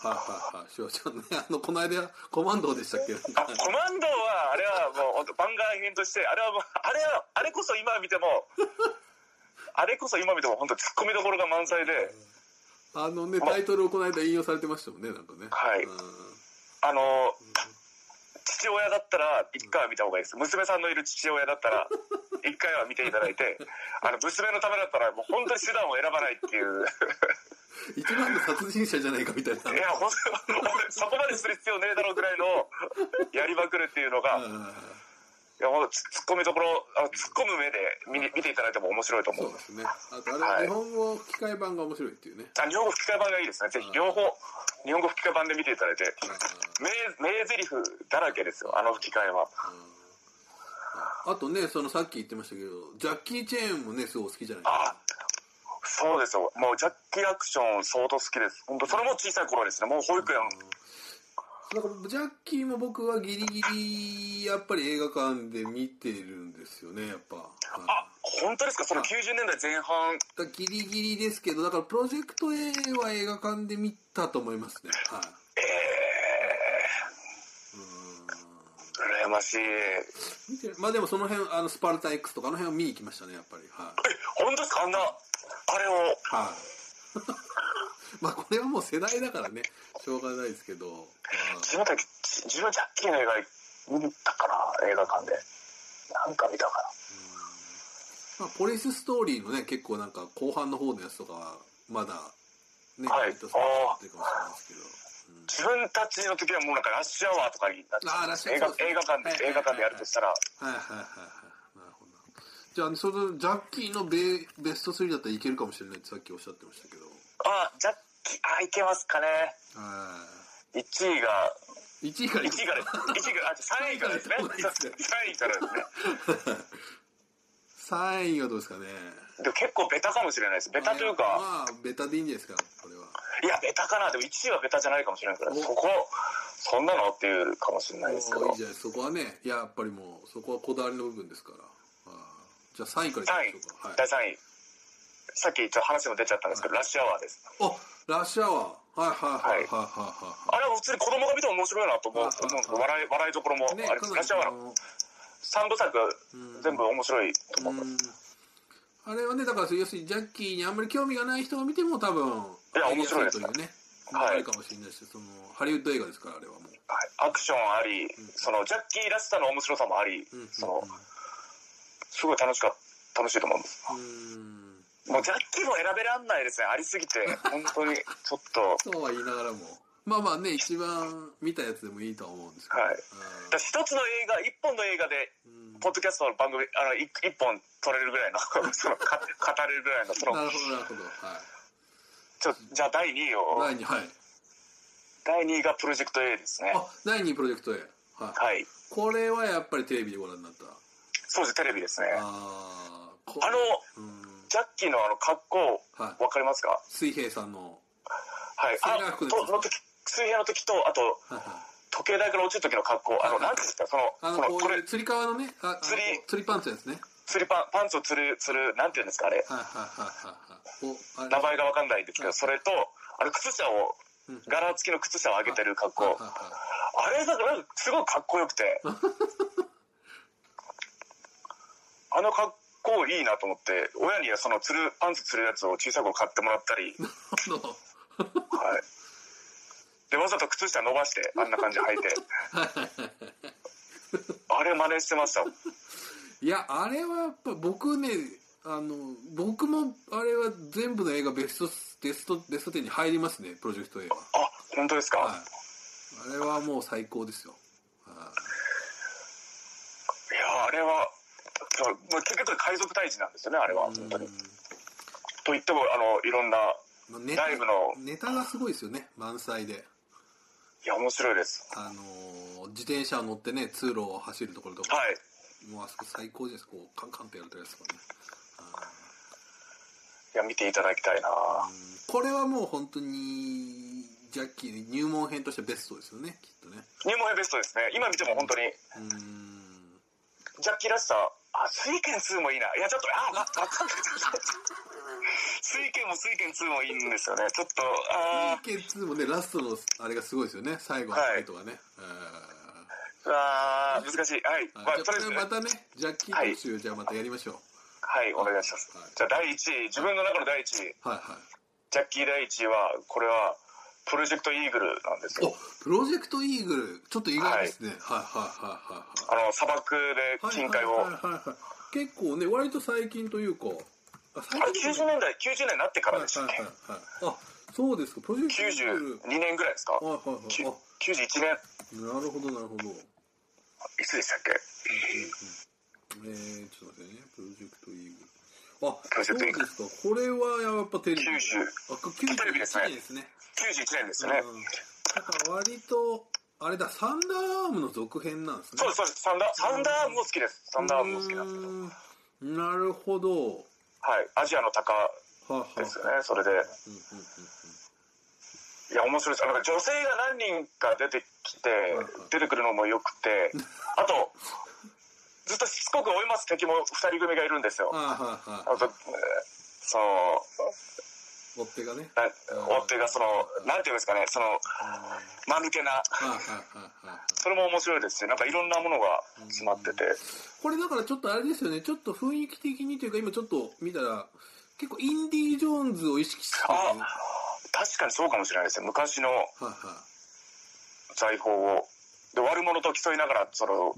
Speaker 2: はいはいはいしおちゃんねあのこの間コマンドーでしたっけなん
Speaker 1: あ
Speaker 2: か
Speaker 1: コマンドは、あれはもう本当、番外編として、あれはもう、あれは、あれこそ今見て も、あれこそ今見ても本当、突っ込みどころが満載で、
Speaker 2: あのねタイトルをこの間引用されてましたもんねなんかね
Speaker 1: はい
Speaker 2: うん
Speaker 1: あの、父親だったら一回は見た方がいいです娘さんのいる父親だった ら一回は見ていただいてあの娘のためだったらもう本当に手段を選ばないっていう
Speaker 2: 一番の殺人者じゃないかみたいない
Speaker 1: や本当に本当に そこまでする必要ねえだろうぐらいのやりまくるっていうのが、い
Speaker 2: うん
Speaker 1: やもうツッコミどころあのツッコむ目で見に見ていただいても面白いと思
Speaker 2: そう
Speaker 1: う
Speaker 2: ですねあとあれは日本語吹き替え版が面白いっていうね
Speaker 1: あ日本語吹き替え版がいいですねぜひ両方日本語吹き替え版で見ていただいて名名台詞だらけですよあの吹き替えは
Speaker 2: あとねそのさっき言ってましたけどジャッキー・チェーンもねすごいお好きじゃないです
Speaker 1: あそうですよ。もうジャッキーアクション相当好きです。本当それも小さい頃ですね。もう保育園。
Speaker 2: かだからジャッキーも僕はギリギリやっぱり映画館で見てるんですよねやっぱ、はい
Speaker 1: あ、本当ですかその90年代前半。
Speaker 2: だからギリギリですけどだからプロジェクト A は映画館で見たと思いますねはい
Speaker 1: 羨ましい。
Speaker 2: 見てるまあでもその辺あのスパルタン X とかあの辺を見に行きましたねやっぱりはい、
Speaker 1: 本当ですかあんな、あれを。
Speaker 2: はいまあこれはもう世代だからねしょうがないですけど、まあ、
Speaker 1: 自分たち自分ジャッキーの映画見たかな映画館でなんか見たか
Speaker 2: まあ、ポリスストーリーのね結構なんか後半の方のやつとかまだね、
Speaker 1: はい
Speaker 2: 割とそうなってるかもしれないですけど、
Speaker 1: な自分たちの時はもうなんかラッシュアワーとかになっちゃ
Speaker 2: あー
Speaker 1: う
Speaker 2: ラッシュ
Speaker 1: 映
Speaker 2: ア
Speaker 1: 画
Speaker 2: ワー
Speaker 1: 映画館
Speaker 2: はいはい
Speaker 1: で
Speaker 2: はい
Speaker 1: 映画館でやるとしたら
Speaker 2: はいはいはいはいなるほどなるほどじゃあそのジャッキーのベベスト3だったらいけるかもしれないってさっきおっしゃってましたけど
Speaker 1: あジャッキーあいけますかね
Speaker 2: は
Speaker 1: 1位が
Speaker 2: い1位から
Speaker 1: 1位から1位からあ3位からですね
Speaker 2: そうで
Speaker 1: 3位か
Speaker 2: すね
Speaker 1: らですね
Speaker 2: 3位はどうですかね
Speaker 1: でも結構ベタかもしれないですベタというか
Speaker 2: まあベタでいいんじゃないですかこれはい
Speaker 1: やベタかなでも1位はベタじゃないかもしれないから
Speaker 2: お
Speaker 1: そこそんなのっていうかもしれないですけ
Speaker 2: おーい
Speaker 1: ど
Speaker 2: いじゃないそこはねいややっぱりもうそこはこだわりの部分ですからあーじゃあ3位からいきましょうか、はい
Speaker 1: 第、3位さっきちょっと話も出ちゃったんですけどラッシュアワーです
Speaker 2: おラッシュアワーはいはいはいはいはい
Speaker 1: あれは普通に子供が見ても面白いなと思う
Speaker 2: あ
Speaker 1: 思
Speaker 2: あ
Speaker 1: うんですけど笑い笑いどころもあ
Speaker 2: はい
Speaker 1: りますラッシュアワーの3部作
Speaker 2: うん
Speaker 1: 全部面白いと
Speaker 2: う
Speaker 1: 思います
Speaker 2: んあれはねだから要するにジャッキーにあんまり興味がない人が見ても多分
Speaker 1: いや面白いです
Speaker 2: というね
Speaker 1: はい
Speaker 2: あるかもしれないしそのハリウッド映画ですからあれはもう
Speaker 1: はいアクションありそのジャッキーらしさの面白さもあり
Speaker 2: うん
Speaker 1: そのすごい楽しかった楽しいと思います
Speaker 2: うん
Speaker 1: もうジャッキーも選べらんないですねありす ぎて本当にちょっと
Speaker 2: そうは言いながらもまあまあね一番見たやつでもいいとは思うんですけど
Speaker 1: はいだ一つの映画一本の映画で
Speaker 2: うん
Speaker 1: ポッドキャストの番組あのい一本撮れるぐらいの そのか語れるぐらいのそ
Speaker 2: な
Speaker 1: の
Speaker 2: るほどなるほどはい
Speaker 1: ちょじゃあ第2位を
Speaker 2: 第2はい
Speaker 1: 第2位がプロジェクト A ですね
Speaker 2: あ第2プロジェクト A は
Speaker 1: は
Speaker 2: い
Speaker 1: い
Speaker 2: これはやっぱりテレビでご覧になった
Speaker 1: そうですテレビですね
Speaker 2: あーこ
Speaker 1: あの
Speaker 2: うん
Speaker 1: ジャッキーのあの格好
Speaker 2: はい
Speaker 1: わかりますか
Speaker 2: 水平さんの
Speaker 1: はい
Speaker 2: セーラ
Speaker 1: あ
Speaker 2: ー服
Speaker 1: と
Speaker 2: です
Speaker 1: の時水平の時とあと
Speaker 2: はいはい
Speaker 1: 時計台から落ちる時の格好あの
Speaker 2: はい
Speaker 1: 何
Speaker 2: はい
Speaker 1: ですかそ
Speaker 2: あ
Speaker 1: の
Speaker 2: の
Speaker 1: この
Speaker 2: こ
Speaker 1: こ
Speaker 2: うい
Speaker 1: れ
Speaker 2: う釣り革のねああの
Speaker 1: 釣り
Speaker 2: 釣りパンツですね
Speaker 1: 釣りパンパンツを釣る釣るなんていうんですかあれ
Speaker 2: はいはいはいはいはいおあれ
Speaker 1: 名前がわかんないんですけ
Speaker 2: は
Speaker 1: ど
Speaker 2: い
Speaker 1: それとあの靴下を
Speaker 2: うん
Speaker 1: 柄付きの靴下を上げてる格
Speaker 2: はい
Speaker 1: 好
Speaker 2: は
Speaker 1: あれがなんかすごいかっこよく てあの格好いいなと思って親にその釣るパンツ釣るやつを小さい頃買ってもらったり、はい
Speaker 2: はい
Speaker 1: い、でわざと靴下伸ばしてあんな感じで 履いてあれ真似してました
Speaker 2: いやあれはやっぱ僕ねあの僕もあれは全部の映画ベストベストベスト10に入りますねプロジェクト A は、
Speaker 1: あ本当ですか、
Speaker 2: はい、あれはもう最高ですよはい
Speaker 1: やあれはそうまあ結局海賊退治なんですよねあれは
Speaker 2: いう
Speaker 1: 本
Speaker 2: ん
Speaker 1: 当にといってもあのいろんな
Speaker 2: まあネタ
Speaker 1: ライブの
Speaker 2: ネタがすごいですよね満載で
Speaker 1: いや面白いです
Speaker 2: あのー自転車を乗ってね通路を走るところとか
Speaker 1: はい
Speaker 2: もうあそこ最高ですこうカンカンってやるとやつとかね
Speaker 1: いや見ていただきたいな
Speaker 2: あーうんこれはもう本当にジャッキー入門編としてベストですよねきっとね
Speaker 1: 入門編ベストですね今見ても本当に
Speaker 2: うーん
Speaker 1: ジャッキーらしさあ水拳2もいいないやちょっとあわわか んない水拳も水拳2もいいんですよねちょっとあ
Speaker 2: PK2 もねラストのあれがすごいですよね最後の
Speaker 1: はい
Speaker 2: とがね、
Speaker 1: ーあー難しいはい、
Speaker 2: うん
Speaker 1: まあ
Speaker 2: はい、じ
Speaker 1: と
Speaker 2: ゃ
Speaker 1: りあ
Speaker 2: あこ
Speaker 1: えず
Speaker 2: れまたねジャッキー特集、じゃあまたやりましょう
Speaker 1: はいお願いします、
Speaker 2: はい
Speaker 1: じゃあ第1位自分の中の第1位ジ
Speaker 2: はいはい
Speaker 1: ャッキー第1位はこれはプロジェクトイーグルなんですよ
Speaker 2: おプロジェクトイーグルちょっと意外ですね、はい、はいはいはいはい
Speaker 1: あの砂漠で近海を、
Speaker 2: はいはいはいはい、結構ね割と最近というかあ最
Speaker 1: あれ
Speaker 2: 近
Speaker 1: 90年代90年になってからでしたっ
Speaker 2: はい
Speaker 1: け
Speaker 2: はいはいはいあそうですかプロジェクトイーグ
Speaker 1: 92年ぐらいですか
Speaker 2: ルはいはい
Speaker 1: きゅ
Speaker 2: はい
Speaker 1: 91年
Speaker 2: あなるほどなるほど
Speaker 1: いつでしたっけ
Speaker 2: えー、ちょっと待ってねプロジェクトイーグルあ
Speaker 1: プロジ
Speaker 2: そ
Speaker 1: ェ
Speaker 2: う
Speaker 1: クトイ
Speaker 2: で
Speaker 1: ーグル
Speaker 2: すかこれはやっぱテレビ
Speaker 1: 90
Speaker 2: あこ91
Speaker 1: テレビですね
Speaker 2: 年ですね
Speaker 1: 91年です
Speaker 2: うん
Speaker 1: よね、
Speaker 2: だから割とあれだサンダーアームの続編なんですね
Speaker 1: そうですそうですサンダーサンダーアームも好きですサンダーアームも好きなんですけど
Speaker 2: うーんなるほど
Speaker 1: はいアジアの鷹
Speaker 2: はは
Speaker 1: ですよねそれで
Speaker 2: うんうんうんうん
Speaker 1: いや面白いですあなんか女性が何人か出てきて
Speaker 2: い
Speaker 1: 出てくるのもよく てあとずっとしつこく追います敵も2人組がいるんですよ
Speaker 2: はいはい
Speaker 1: あ
Speaker 2: は
Speaker 1: とえーその
Speaker 2: い追っ手がね
Speaker 1: な追っ手がそのなんていうんですかねその
Speaker 2: は
Speaker 1: 間抜けない
Speaker 2: はいはいはい
Speaker 1: それも面白いですしなんかいろんなものが詰まってて
Speaker 2: これだからちょっとあれですよねちょっと雰囲気的にというか今ちょっと見たら結構インディ・ージョーンズを意識してる
Speaker 1: あ確かにそうかもしれないですね昔の
Speaker 2: はいは
Speaker 1: 財宝をで悪者と競いながらその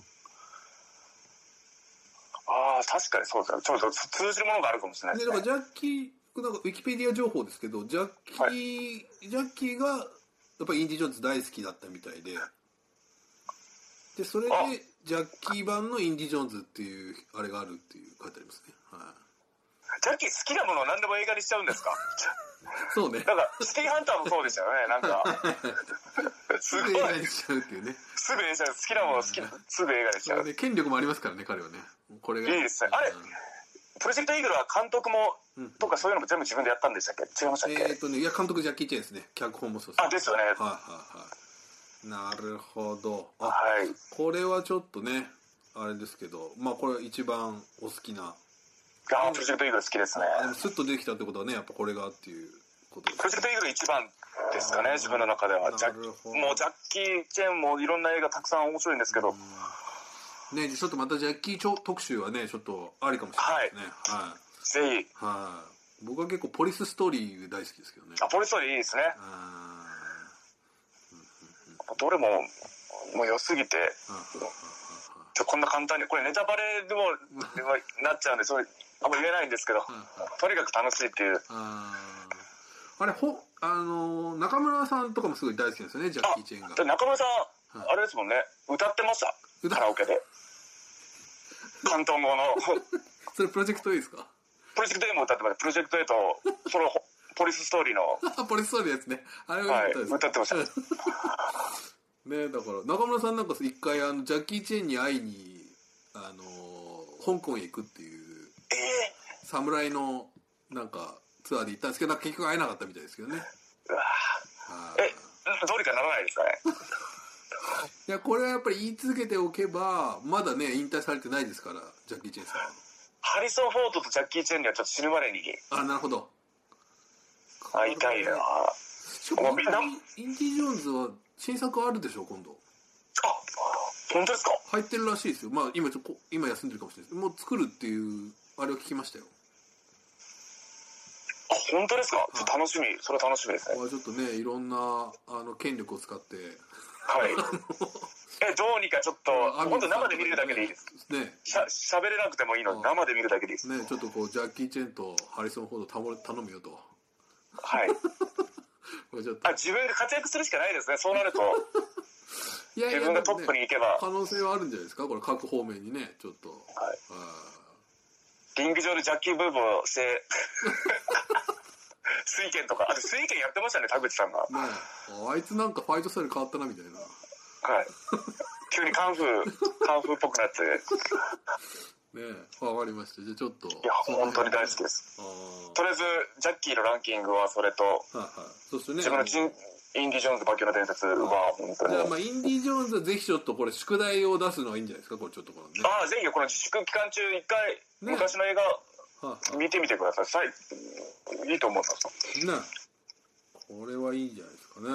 Speaker 1: ああ確かにそうですねちょっと通じるものがあるかもしれない
Speaker 2: い。
Speaker 1: で
Speaker 2: で、
Speaker 1: す
Speaker 2: な
Speaker 1: ね
Speaker 2: んかジャッキー、僕なんかウィキペディア情報ですけど、ジャッキー、
Speaker 1: は
Speaker 2: ジャッキーが、やっぱりインディ・ジョーンズ大好きだったみたいで、で、それで
Speaker 1: あ、
Speaker 2: ジャッキー版のインディ・ジョーンズっていう、あれがあるっていう書いてありますね。は
Speaker 1: ジャッキー好きなものを何でも映画にしちゃうんですか
Speaker 2: い。そうね。
Speaker 1: なんかシティーハンターもそうでしたよねなんかす
Speaker 2: す
Speaker 1: ごい
Speaker 2: ぐ映画にしちゃうっていうね。
Speaker 1: すぐ映画好きなもの好きすぐ映画にしち
Speaker 2: そ
Speaker 1: ゃ
Speaker 2: れ
Speaker 1: う
Speaker 2: で権力もありますからね、彼はね。これが。
Speaker 1: いいですねあれプロジェクトイーグルは監督も
Speaker 2: うん
Speaker 1: とかそういうのも全部自分でやったんでしたっけ違いましたっけ、
Speaker 2: えっ、とね、いや、監督ジャッキー・チェンですね。脚本もそうです。
Speaker 1: あですよね
Speaker 2: はいはいはい。なるほど。あ、
Speaker 1: はい
Speaker 2: これはちょっとね、あれですけど、まあこれは一番お好きな。
Speaker 1: あープロジェクトイーグル好きですね
Speaker 2: あでもスッとできたってことはね、やっぱこれがっていうことです
Speaker 1: プロジェクトイーグル一番ですかね自分の中ではジャッ
Speaker 2: なるほど
Speaker 1: もうジャッキー・チェンもいろんな映画たくさん面白いんですけど、
Speaker 2: ね。ちょっとまたジャッキーちょ特集はね、ちょっとありかもしれないですね。はい。
Speaker 1: ぜひ
Speaker 2: はい。僕は結構ポリスストーリー大好きですけどね。
Speaker 1: アポリストーリーいいですね
Speaker 2: あ
Speaker 1: どれももう良すぎて
Speaker 2: ーうん
Speaker 1: ちょこんな簡単にこれネタバレでもでもなっちゃうんでそれあんま言えないんですけど
Speaker 2: うんうん
Speaker 1: とにかく楽しいっていう
Speaker 2: あーあれほあのー中村さんとかもすごい大好きなんですよねジャッキー・チェンが
Speaker 1: で中村さん、
Speaker 2: はい
Speaker 1: あれですもんね歌ってました
Speaker 2: 歌
Speaker 1: カラオケで関東語の
Speaker 2: それプロジェクトいいですか
Speaker 1: プロジェクト A も歌ってましたプロジェクト A とそのポリスストーリーの
Speaker 2: ポリストーリーのやつねあれは
Speaker 1: は
Speaker 2: 良
Speaker 1: い
Speaker 2: かっ
Speaker 1: 歌
Speaker 2: たです、
Speaker 1: ってました
Speaker 2: ねだから中村さんなんか一回あのジャッキー・チェンに会いにあのー香港へ行くっていう
Speaker 1: ええ
Speaker 2: 侍のなんかツアーで行ったんですけどなんか結局会えなかったみたいですけどね
Speaker 1: うわ
Speaker 2: は
Speaker 1: ー
Speaker 2: い
Speaker 1: えどうにかならないですかね
Speaker 2: いやこれはやっぱり言い続けておけばまだね引退されてないですからジャッキー・チェンさんは
Speaker 1: ハリソン・フォードとジャッキー・チェンにはちょっと死ぬまでに
Speaker 2: あなるほど
Speaker 1: 会いたいなあ
Speaker 2: しかも
Speaker 1: あみんな
Speaker 2: インディ・ジョーンズは新作あるでしょ今度
Speaker 1: 本当ですか
Speaker 2: 入ってるらしいですよまあ今ちょこ今休んでるかもしれないですもう作るっていうあれを聞きましたよ
Speaker 1: あ本当ですかちょっと楽しみそれは楽しみですね
Speaker 2: これはちょっとねいろんなあの権力を使って
Speaker 1: はいえどうにかちょっと
Speaker 2: あの
Speaker 1: 本当生で見るだけでいいです
Speaker 2: ね
Speaker 1: しゃ喋れなくてもいいので
Speaker 2: うん
Speaker 1: 生で見るだけでいいです
Speaker 2: ねちょっとこうジャッキー・チェンとハリソン・フォードたも頼むよと
Speaker 1: はい
Speaker 2: これちょっと
Speaker 1: あ自分が活躍するしかないですねそうなる と
Speaker 2: いや
Speaker 1: 自分がトップに
Speaker 2: ね
Speaker 1: 行けば
Speaker 2: 可能性はあるんじゃないですかこれ各方面にねちょっと
Speaker 1: はい
Speaker 2: あ
Speaker 1: リング上でジャッキーブーブーをして 水拳とかあと水拳やってましたね田口さんがは
Speaker 2: ーねああいつなんかファイトスタイル変わったなみたいない
Speaker 1: 急に カンフーカンフーっぽくなってい
Speaker 2: ねわかりましたじゃあちょっとい
Speaker 1: や本当に大好きです
Speaker 2: あー
Speaker 1: とりあえずジャッキーのランキングはそれと
Speaker 2: はいはい。そしてね、
Speaker 1: 自分のジンインディ・ジョーンズ化けの伝説は本当
Speaker 2: じ
Speaker 1: に
Speaker 2: ゃあまあインディ・ジョーンズはぜひちょっとこれ宿題を出すのがいいんじゃないですかこれちょっとこのね。
Speaker 1: ああぜひこの自粛期間中一回
Speaker 2: ね
Speaker 1: 昔の映画
Speaker 2: は
Speaker 1: 見てみてくださいさいいいと思うんですよ
Speaker 2: いね。これはいいんじゃないですかね。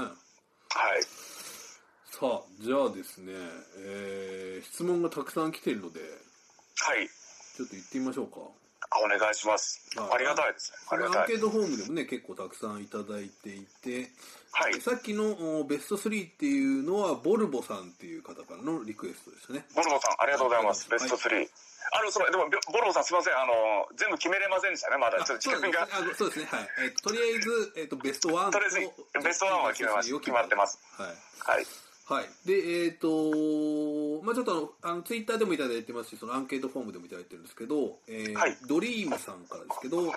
Speaker 1: はい
Speaker 2: さあ、じゃあですね、えー、質問がたくさん来ているので、
Speaker 1: はい
Speaker 2: ちょっと行ってみましょうか。
Speaker 1: あお願いします
Speaker 2: はい
Speaker 1: ありがたいですねあ
Speaker 2: こ
Speaker 1: り
Speaker 2: れア
Speaker 1: がた
Speaker 2: ン
Speaker 1: い
Speaker 2: ケートフォームでもね、結構たくさんいただいていて、
Speaker 1: はい
Speaker 2: さっきのおベスト3っていうのは、ボルボさんっていう方からのリクエストでしたね。
Speaker 1: ボルボさんありがとうございます
Speaker 2: は
Speaker 1: ベ
Speaker 2: い
Speaker 1: スト3あのそのでもボルボさんすいませんあの全部決めれませんでしたねまだ
Speaker 2: あ
Speaker 1: ち
Speaker 2: そ
Speaker 1: ょ
Speaker 2: う
Speaker 1: っと時間が
Speaker 2: ですねあそうですね、はい。えっととりあえず、えっとベスト1
Speaker 1: とりあえずベストワンは決めました決まってます。
Speaker 2: はい。
Speaker 1: はい
Speaker 2: はい。で、えっ、と、まあちょっとあの、あのツイッターでもいただいてますし、そのアンケートフォームでもいただいてるんですけど、えー
Speaker 1: はい
Speaker 2: ドリームさんからですけど、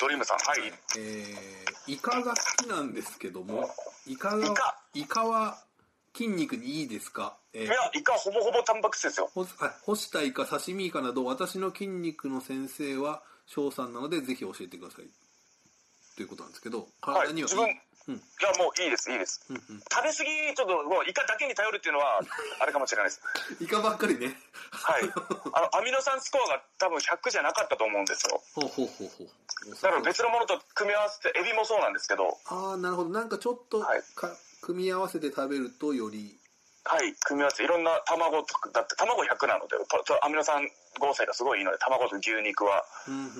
Speaker 1: ドリームさんはい
Speaker 2: えー、イカが好きなんですけども、イカが
Speaker 1: イカ、
Speaker 2: イカは筋肉にいいですかえ
Speaker 1: い
Speaker 2: ー
Speaker 1: やイカほぼほぼタンパク質ですよ
Speaker 2: 干すあ干したイカ、刺身イカなど、私の筋肉の先生は翔さんなので、ぜひ教えてください。ということなんですけど、
Speaker 1: はい
Speaker 2: 体には
Speaker 1: 自
Speaker 2: い
Speaker 1: 分い
Speaker 2: うん
Speaker 1: やもういいですいいです
Speaker 2: うんうん
Speaker 1: 食べ過ぎちょっともうイカだけに頼るっていうのはあれかもしれないです
Speaker 2: イカばっかりね。
Speaker 1: はいあのアミノ酸スコアが多分100じゃなかったと思うんですよ
Speaker 2: ほうほうほうほう。
Speaker 1: だから別のものと組み合わせてエビもそうなんですけど
Speaker 2: ああ、なるほど。なんかちょっとか、
Speaker 1: はい
Speaker 2: 組み合わせて食べるとより。
Speaker 1: はい組み合わせていろんな卵とかだって卵100なのでととアミノ酸合成がすごいいいので卵と牛肉は
Speaker 2: うんうんうん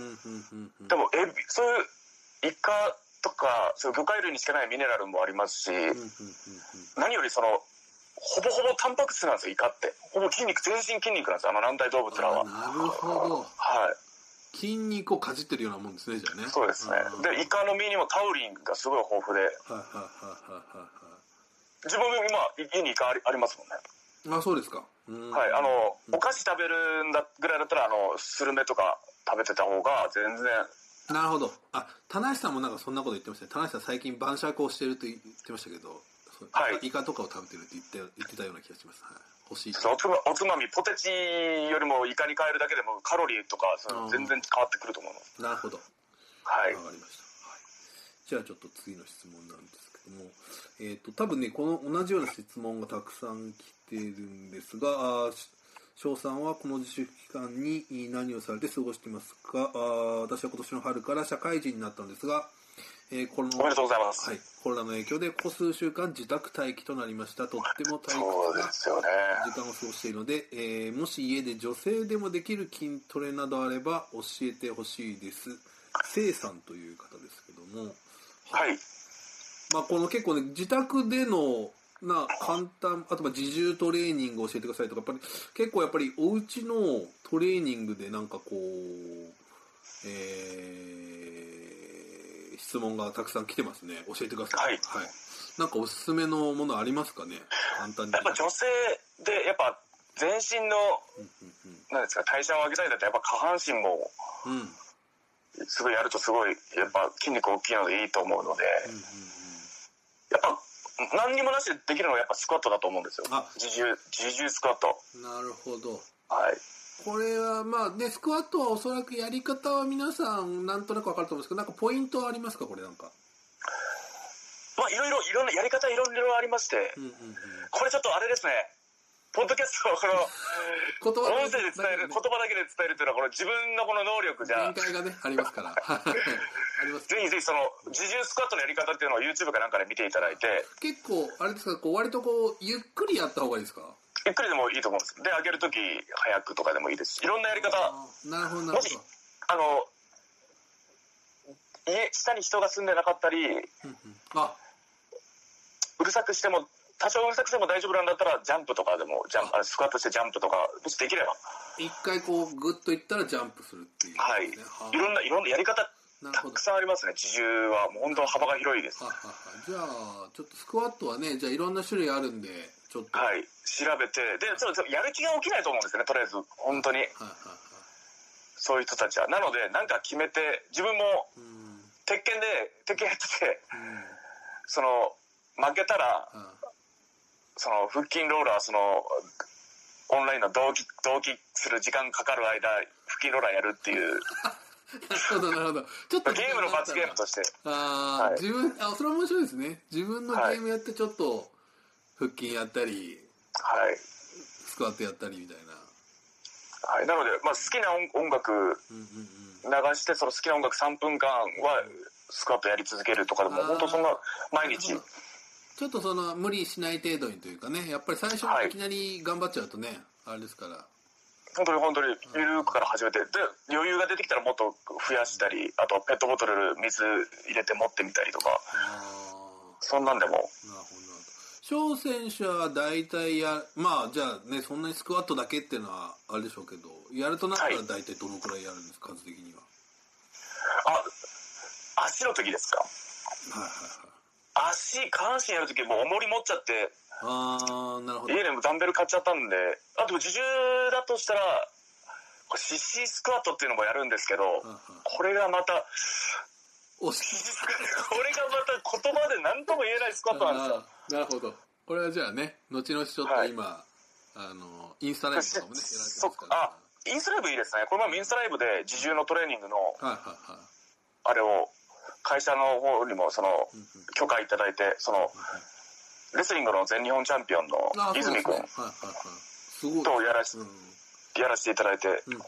Speaker 2: うんうん。
Speaker 1: でもエビそういうイカとかそう魚介類にしかないミネラルもありますし、何よりそのほぼほぼタンパク質なんですよイカってほぼ筋肉全身筋肉なんですよあの軟体動物らは
Speaker 2: なるほど
Speaker 1: はい
Speaker 2: 筋肉をかじってるようなもんですねじゃあね
Speaker 1: そうですね
Speaker 2: うん
Speaker 1: でイカの身にもタウリンがすごい豊富で
Speaker 2: はいはいはいはいはいはい
Speaker 1: 自分も今家にイカありありますもんね
Speaker 2: あそうですか、うん
Speaker 1: はい、あの、お菓子食べるんだぐらいだったら、あの、スルメとか食べてた方が全然、
Speaker 2: なるほどあ田無さんもなんかそんなこと言ってましたね田無さん最近晩酌をしてると言ってましたけどそう
Speaker 1: はい
Speaker 2: イカとかを食べてるって言って言ってたような気がします、はい、欲しい
Speaker 1: そのおつまおつまみ、ポテチよりもイカに変えるだけでもカロリーとか、そ
Speaker 2: あ
Speaker 1: の
Speaker 2: ー
Speaker 1: 全然変わってくると思います。
Speaker 2: なるほど
Speaker 1: はい
Speaker 2: わ。かりました、はい、じゃあちょっと次の質問なんですけどもえっ、と多分ねこの同じような質問がたくさん来てるんですがあーし翔さんはこの自粛期間に何をされて過ごしてますかあー私は今年の春から社会人になったんですが、えーこの
Speaker 1: おめでとうございます。
Speaker 2: はい、コロナの影響でここ数週間自宅待機となりましたとっても退屈
Speaker 1: そうで
Speaker 2: な
Speaker 1: すよね。
Speaker 2: 時間を過ごしているので、えーもし家で女性でもできる筋トレなどあれば教えてほしいですせいさんという方ですけども、
Speaker 1: はい。
Speaker 2: まあ、この結構ね自宅でのな簡単あとまあ自重トレーニングを教えてくださいとかやっぱり結構やっぱりお家のトレーニングでなんかこう、えー質問がたくさん来てますね教えてくださ
Speaker 1: は
Speaker 2: い、
Speaker 1: い
Speaker 2: なんかおすすめのものありますかね簡単に
Speaker 1: やっぱ女性で、やっぱ全身の、なんですか、代謝を上げたいんだったら、やっぱ下半身も、
Speaker 2: うんうんうんうん
Speaker 1: すごいやるとすごい、やっぱ筋肉大きいのでいいと思うので、
Speaker 2: うん
Speaker 1: やっぱ、何にもなしでできるのがやっぱスクワットだと思うんですよ
Speaker 2: あ。
Speaker 1: 自重、自重スクワット。
Speaker 2: うんなるほど
Speaker 1: はい。
Speaker 2: これはまあねスクワットはおそらくやり方は皆さんなんとなくわかると思うんですけどなんかポイントはありますかこれなんか
Speaker 1: まあ、いろいろ、いろんな、やり方いろいろありまして
Speaker 2: う、んうんうん
Speaker 1: これちょっとあれですね、ポッドキャストを この、音
Speaker 2: 言葉
Speaker 1: 声で伝える、言
Speaker 2: だけ
Speaker 1: 葉だけで伝えるというのは、この自分のこの能力じ
Speaker 2: どね
Speaker 1: ゃ
Speaker 2: 限、界がねありますからはいあります
Speaker 1: ぜひぜひその、自重スクワットのやり方っていうのを YouTube かなんかで見ていただいて、
Speaker 2: 結構あれですかこう割とこうゆっくりやった方がいいですか
Speaker 1: ゆっくりでもいいと思うんです。で、上げるとき早くとかでもいいですし、いろんなやり方、あ
Speaker 2: あーなるほどなるほど
Speaker 1: の、家、下に人が住んでなかったり、
Speaker 2: うんうんあ
Speaker 1: うるさくしても、多少うるさくしても大丈夫なんだったら、ジャンプとかでも、ジャンプ、あスクワットしてジャンプとか、もしできれば、
Speaker 2: 一回こうグッといったらジャンプするっていう、
Speaker 1: はい。
Speaker 2: ねあ
Speaker 1: いろんな、いろんなやり方
Speaker 2: なる
Speaker 1: た
Speaker 2: ほど
Speaker 1: くさんありますね自重はもう本当幅が広いです
Speaker 2: はははじゃあちょっとスクワットはねじゃあいろんな種類あるんでちょっと
Speaker 1: はい調べてでちょっとやる気が起きないと思うんですよねとりあえず本当に
Speaker 2: はいはいは
Speaker 1: そういう人たちはなのでなんか決めて自分も
Speaker 2: いうん
Speaker 1: 鉄拳で鉄拳やってて
Speaker 2: うん
Speaker 1: その負けたら
Speaker 2: あ
Speaker 1: その腹筋ローラーそのオンラインの同期同期する時間かかる間腹筋ローラーやるっていう
Speaker 2: なるほどなるほどちょっと
Speaker 1: ゲームの罰ゲームとして
Speaker 2: ああ、
Speaker 1: はい
Speaker 2: 自分あそれは面白いですね自分のゲ
Speaker 1: はい
Speaker 2: ームやってちょっと腹筋やったり
Speaker 1: はい、
Speaker 2: スクワットやったりみたいな
Speaker 1: はい、なので、まあ、好きな音音楽
Speaker 2: うんうんうん
Speaker 1: 流してその好きな音楽3分間はスクワットやり続けるとかでも
Speaker 2: あー
Speaker 1: 本当そんな毎日
Speaker 2: なるほどちょっとその無理しない程度にというかねやっぱり最初に
Speaker 1: はい
Speaker 2: いきなり頑張っちゃうとね、あれですから
Speaker 1: 本当に本当にゆるくから始めてで余裕が出てきたらもっと増やしたりあとペットボトル水入れて持ってみたりとか
Speaker 2: あ
Speaker 1: そんなんでも
Speaker 2: あなるほどなるほど翔選手は大体やまあじゃあねそんなにスクワットだけっていうのはあれでしょうけどやるとなったら
Speaker 1: はい
Speaker 2: 大体どのくらいやるんですか数的には
Speaker 1: あ足の時ですか
Speaker 2: はいはいはい
Speaker 1: 足下半身やる時もう重り持っちゃって
Speaker 2: ああなるほど
Speaker 1: 家でもダンベル買っちゃったんであと自重だとしたらこれ CC スクワットっていうのもやるんですけど
Speaker 2: はいはい
Speaker 1: これがまた
Speaker 2: おし
Speaker 1: これがまた言葉で何とも言えないスクワットなんですよ
Speaker 2: あーなるほどこれはじゃあね後々ちょっと今、あのインスタライブとかもねやられてます
Speaker 1: そっ
Speaker 2: か
Speaker 1: からあインスタライブいいですねこの前もインスタライブで自重のトレーニングの
Speaker 2: はいはいはい
Speaker 1: あれを会社の方にもその
Speaker 2: うんうん
Speaker 1: 許可いただいてそのレスリングの全日本チャンピオンの
Speaker 2: あーそうで
Speaker 1: 泉
Speaker 2: す
Speaker 1: 君
Speaker 2: ねはいはいはいすごい
Speaker 1: とやらし
Speaker 2: うんうん
Speaker 1: やらせていただいて
Speaker 2: うんうん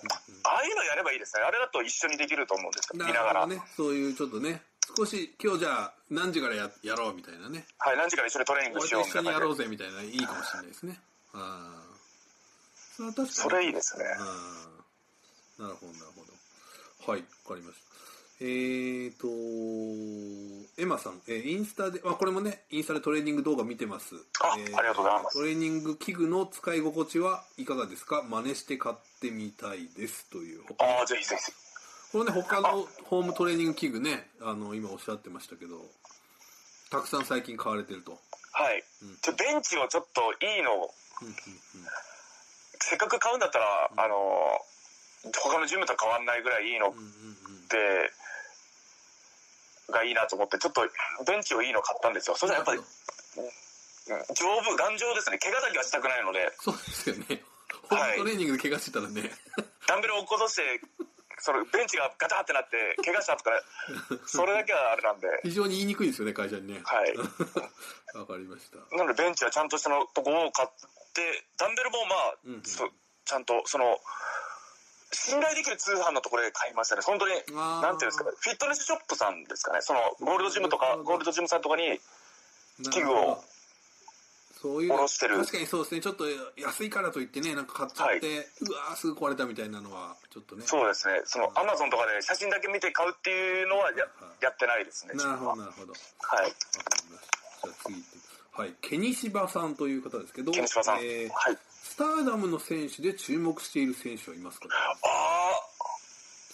Speaker 1: ああいうのやればいいですねあれだと一緒にできると思うんですよ見
Speaker 2: なる
Speaker 1: ながら、
Speaker 2: ほどねそういうちょっとね少し今日じゃあ何時からややろうみたいなね
Speaker 1: はい何時から一緒にトレーニング
Speaker 2: 俺
Speaker 1: しよ
Speaker 2: と
Speaker 1: う
Speaker 2: 一
Speaker 1: みたい
Speaker 2: 緒
Speaker 1: な
Speaker 2: にやろ
Speaker 1: 感
Speaker 2: う
Speaker 1: じ
Speaker 2: ぜみたいないいかもしれないですねああそれは確かに
Speaker 1: それいいですね
Speaker 2: ああなるほどなるほどはいわかりましえーと、エマさん、えーインスタで、あ、これもね、インスタでトレーニング動画見てます。
Speaker 1: あ
Speaker 2: え
Speaker 1: ありがとうございます
Speaker 2: トレーニング器具の使い心地はいかがですか真似して買ってみたいです。という。こ
Speaker 1: ああ、ぜひぜひ。
Speaker 2: れね、他のホームトレーニング器具ね、あの、今おっしゃってましたけど、たくさん最近買われてると。
Speaker 1: はい。
Speaker 2: うん
Speaker 1: ちょベンチをちょっといいのを、
Speaker 2: うんうんうん
Speaker 1: せっかく買うんだったら、あのー、他のジムと変わんないぐらいいいの
Speaker 2: うんうんうん
Speaker 1: で、がいいなと思って、ちょっとベンチをいいの買ったんですよ。それはやっぱり、うん丈夫、頑丈ですね。怪我だけはしたくないので、
Speaker 2: そうですよね。ホームトレーニングで怪我してたらね、
Speaker 1: ダンベルを落っことして、そのベンチがガタってなって、怪我したとか、 それだけはあれなんで、
Speaker 2: 非常に言いにくいですよね、会社にね。
Speaker 1: はい。
Speaker 2: わかりました。
Speaker 1: なのでベンチはちゃんとしたのとこを買ってダンベルもまあ、
Speaker 2: うんうん
Speaker 1: そちゃんとその信頼できる通販のところで買いましたね本当に
Speaker 2: あー
Speaker 1: なんていうんですかねフィットネスショップさんですかねそのゴールドジムと
Speaker 2: なる
Speaker 1: か
Speaker 2: ほど
Speaker 1: ゴールドジムさんとかに器具を
Speaker 2: なるほどそういうの
Speaker 1: 下ろしてる
Speaker 2: 確かにそうですねちょっと安いからといってねなんか買っちゃって、うわーすぐ壊れたみたいなのはちょっとね
Speaker 1: そうですねそのアマゾンとかで写真だけ見て買うっていうのはや
Speaker 2: はい
Speaker 1: やってないですね
Speaker 2: なるほど
Speaker 1: 自分は
Speaker 2: なるほどわか
Speaker 1: はい
Speaker 2: りましたじゃあ次行ってはいケニシバさんという方ですけど
Speaker 1: ケニシバさん、
Speaker 2: えー
Speaker 1: はい
Speaker 2: スターダムの選手で注目している選手はいますか
Speaker 1: ああ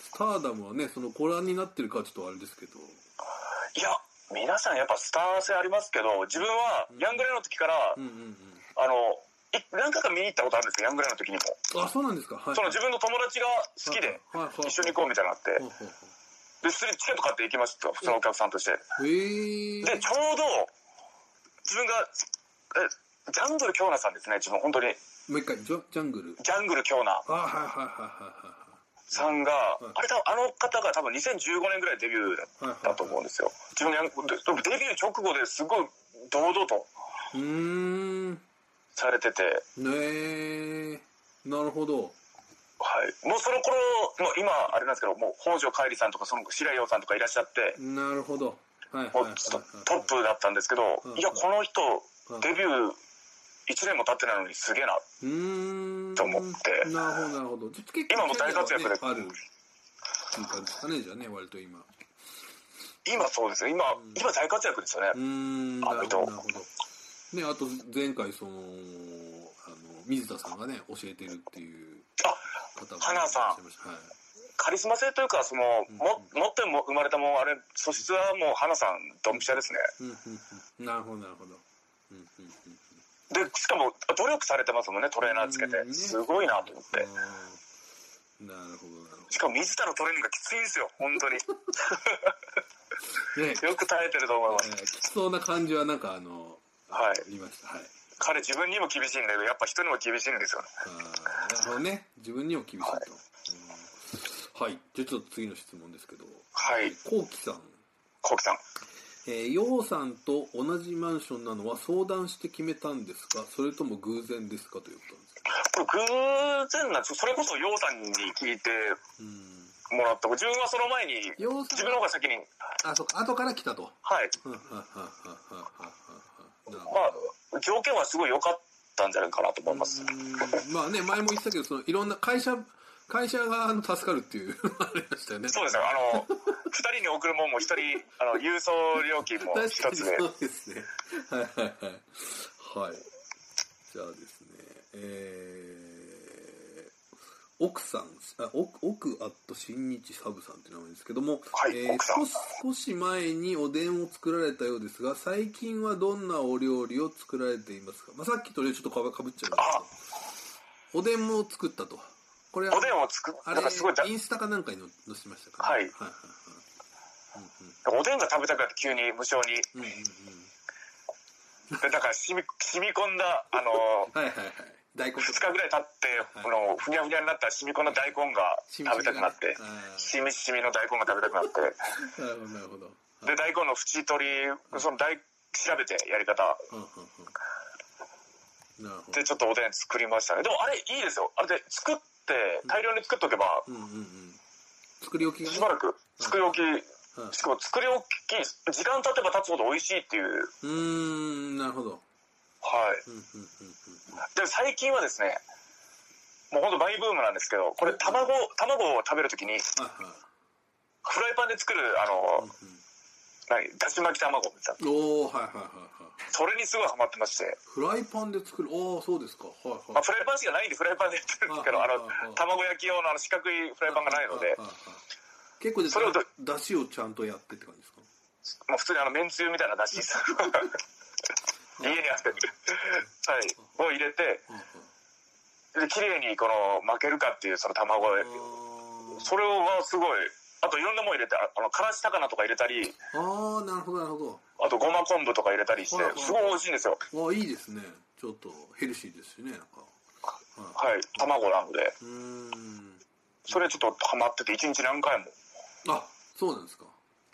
Speaker 2: スターダムはねそのご覧になってるかはちょっとあれですけど
Speaker 1: ーいや皆さんやっぱスター性ありますけど自分はヤングレーの時から、
Speaker 2: うんうんうん
Speaker 1: あのい何回か見に行ったことあるんですよヤングレーの時にも
Speaker 2: あそうなんですかはい
Speaker 1: その自分の友達が好きで
Speaker 2: はいはいはい
Speaker 1: 一緒に行こうみたいになって
Speaker 2: ほうほう
Speaker 1: でそれチケット買って行きました普通のお客さんとして
Speaker 2: ほうへえ
Speaker 1: でちょうど自分がえジャングル京奈さんですね自分本当に
Speaker 2: もう一回ジャジャングル
Speaker 1: ジャングル京奈
Speaker 2: あはいはいはい
Speaker 1: さんが
Speaker 2: うん
Speaker 1: あれ多分あの方が多分2015年ぐらいデビューだ
Speaker 2: はいはいはいは
Speaker 1: っ
Speaker 2: い
Speaker 1: たと思うんですよ自分のヤングででデビュー直後ですごい堂々と
Speaker 2: うーんね
Speaker 1: されてて
Speaker 2: えなるほど
Speaker 1: はい、もうその頃もう今あれなんですけどもう北条海里さんとかその白井陽さんとかいらっしゃって
Speaker 2: なるほどはいはい
Speaker 1: も
Speaker 2: はいは
Speaker 1: うちょっ
Speaker 2: い
Speaker 1: とトップだったんですけど、
Speaker 2: うん
Speaker 1: いやこの人
Speaker 2: うん
Speaker 1: デビュー1年も経ってないのにすげえな
Speaker 2: うーん
Speaker 1: と思って
Speaker 2: なるほどなるほど結構
Speaker 1: 今も大活躍で
Speaker 2: キャリアはねあるっていう感じですかねじゃあね割と今
Speaker 1: 今そうですね今、
Speaker 2: ん
Speaker 1: 今大活躍ですよね、
Speaker 2: うーんな
Speaker 1: あ
Speaker 2: るほど
Speaker 1: 割と
Speaker 2: なるほどねあと前回そのあの水田さんがね教えてるっていう
Speaker 1: あ
Speaker 2: 方が
Speaker 1: 花さん
Speaker 2: いらっしゃいましたはい
Speaker 1: カリスマ性というかその、も持っても生まれたもんあれ素質はもう花さんドンピシャですね
Speaker 2: うんうんうんなるほどなるほどうんうんうんうん
Speaker 1: でしかも努力されてますもんねトレーナーつけて、
Speaker 2: うんね
Speaker 1: すごいなと思って
Speaker 2: うんなるほどなるほ
Speaker 1: しかも水田のトレーニングがきついんですよ本 当に
Speaker 2: どね
Speaker 1: よく耐えてると思います
Speaker 2: えーきつそうな感じはなんかあの、
Speaker 1: はい
Speaker 2: ありましたはい
Speaker 1: 彼自分にも厳しいんだけどやっぱ人にも厳しいんですよね
Speaker 2: あーなるほどね自分にも厳しいと、はい、はい、じゃあちょっと次の質問ですけど
Speaker 1: はい
Speaker 2: こうきさん
Speaker 1: コウキさん
Speaker 2: えー、ようさんと同じマンションなのは相談して決めたんですかそれとも偶然ですかということなんですけ
Speaker 1: これ偶然なんですそれこそヨウさんに聞いて
Speaker 2: ど
Speaker 1: もらった自分はその前に
Speaker 2: うんよう
Speaker 1: 自
Speaker 2: さ
Speaker 1: 分の方が先に
Speaker 2: んあそうか後から来たと
Speaker 1: はい
Speaker 2: うんうんうんうんうんうんうんなるほど
Speaker 1: まあ条件はすごい良かったんじゃないかなと思います、
Speaker 2: うんまあね前も言ってたけどそのいろんな会社会社があの助かるっていうありましたよね
Speaker 1: そうですよあ の二人に送るもんも一人あの郵送料金も一
Speaker 2: 確かに
Speaker 1: つで
Speaker 2: そうですねはいはいはいはいじゃあですねえー、奥さんあ奥奥アット新日サブさんという名前ですけども、
Speaker 1: はい
Speaker 2: えー
Speaker 1: 奥さん
Speaker 2: 少し少し前におでんを作られたようですが最近はどんなお料理を作られていますか、まあ、さっきとねちょっとかぶかぶっちゃいましたけどおでんも作ったとこれは
Speaker 1: おでんを作っ
Speaker 2: あ
Speaker 1: なんかすごいだ
Speaker 2: れインスタかなんかに載せましたか、
Speaker 1: はい
Speaker 2: はいはい
Speaker 1: おでんが食べたくなって急に無償に
Speaker 2: うんうんうん
Speaker 1: でだから染み染み込んだあの
Speaker 2: はいはいはい大根と
Speaker 1: 2日ぐらい経ってあのふにゃふにゃになった染み込んだ大根が食べたくなってしみしみの大根が食べたくなって
Speaker 2: あーなるほどなるほど
Speaker 1: で大根の縁取りその大調べてやり方
Speaker 2: うんうんうんなるほど
Speaker 1: でちょっとおでん作りましたねでもあれいいですよあれで作って大量に作っとけば
Speaker 2: うんうんうん作り置きがね
Speaker 1: しばらく作り置き
Speaker 2: うん
Speaker 1: しかも作り置き時間経てば経つほど美味しいっていう
Speaker 2: うーんなるほど
Speaker 1: はい
Speaker 2: うんうんうん
Speaker 1: で最近はですねもうほんとバイブームなんですけどこれ卵卵を食べるときに
Speaker 2: うんはいはい
Speaker 1: フライパンで作る、あの、何、だし巻き卵みたいな。
Speaker 2: おおはいはいはいはい
Speaker 1: それにすごいハマってまして。
Speaker 2: フライパンで作るああそうですかはい
Speaker 1: まあ、
Speaker 2: は
Speaker 1: フライパンしかないんで、フライパンでやってるんですけど、
Speaker 2: は
Speaker 1: あ
Speaker 2: いはい
Speaker 1: の
Speaker 2: はいはい、
Speaker 1: 卵焼き用のあの四角いフラ
Speaker 2: い
Speaker 1: イパンがないので
Speaker 2: は、ははい結構じ
Speaker 1: それ
Speaker 2: ゃ
Speaker 1: をど
Speaker 2: あだしをちゃんとやってって感じですか
Speaker 1: まあ、普通にあの、麺つゆみたいなだし、家にある、はい、を入れて、
Speaker 2: はいはい
Speaker 1: で綺麗にこの巻けるかっていうその卵
Speaker 2: あ
Speaker 1: それはすごいあといろんなもん入れてああのからし高菜とか入れたり
Speaker 2: ーあーなるほどなるほ
Speaker 1: あとごま昆布とか入れたりして
Speaker 2: はいはい
Speaker 1: すごい美味しいんですよ
Speaker 2: どあーいいですねちょっとヘルシーですしねなんかは
Speaker 1: は
Speaker 2: い
Speaker 1: い卵なので
Speaker 2: うーん
Speaker 1: それちょっとハマってて一日何回も
Speaker 2: あそうなんですか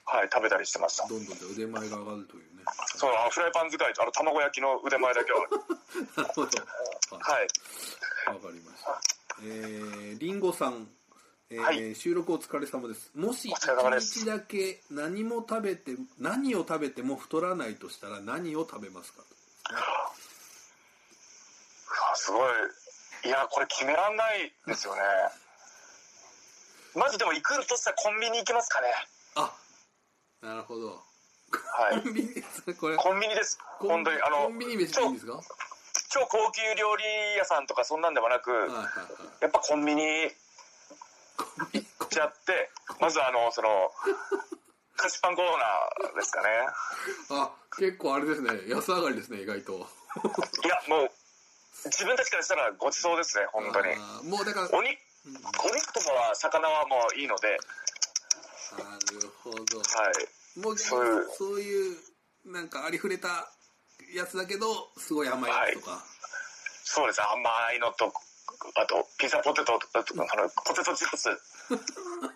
Speaker 1: はい食べたりしてました
Speaker 2: どんどんじゃあ腕前が上がるというね
Speaker 1: そうあのフライパン使いとあの卵焼きの腕前だ けは
Speaker 2: なるほどは
Speaker 1: はい
Speaker 2: いわかりましたえー、りんごさんえー
Speaker 1: はい
Speaker 2: 収録お疲れ様ですもし
Speaker 1: お疲れ様で
Speaker 2: 一
Speaker 1: す
Speaker 2: 日だけ何も食べて何を食べても太らないとしたら何を食べますか
Speaker 1: あすごいいやこれ決めらんないですよねまずでも行くとしたらコンビニ行きますかね
Speaker 2: あなるほど
Speaker 1: はい
Speaker 2: コンビニですこれ
Speaker 1: コンビニです本当にあ
Speaker 2: コ
Speaker 1: の
Speaker 2: ンビニ飯でいいんですかは
Speaker 1: 超高級料理屋さんとかそんなんではなく、
Speaker 2: いはいはい
Speaker 1: やっぱコンビニ行っ
Speaker 2: コンビニコン
Speaker 1: ちゃってまずあのその菓子パンコーナーですかね
Speaker 2: あ結構あれですね安上がりですね意外と
Speaker 1: いやもう自分たちからしたらごちそうですね本当に
Speaker 2: あーもうだから
Speaker 1: お肉お肉とかは魚はもういいので、はい、
Speaker 2: なるほどもう
Speaker 1: そういう
Speaker 2: そういうなんかありふれたやつだけどすごい甘いやつとか、
Speaker 1: そうです甘いのとあとピザポテトとかそのポテトチップス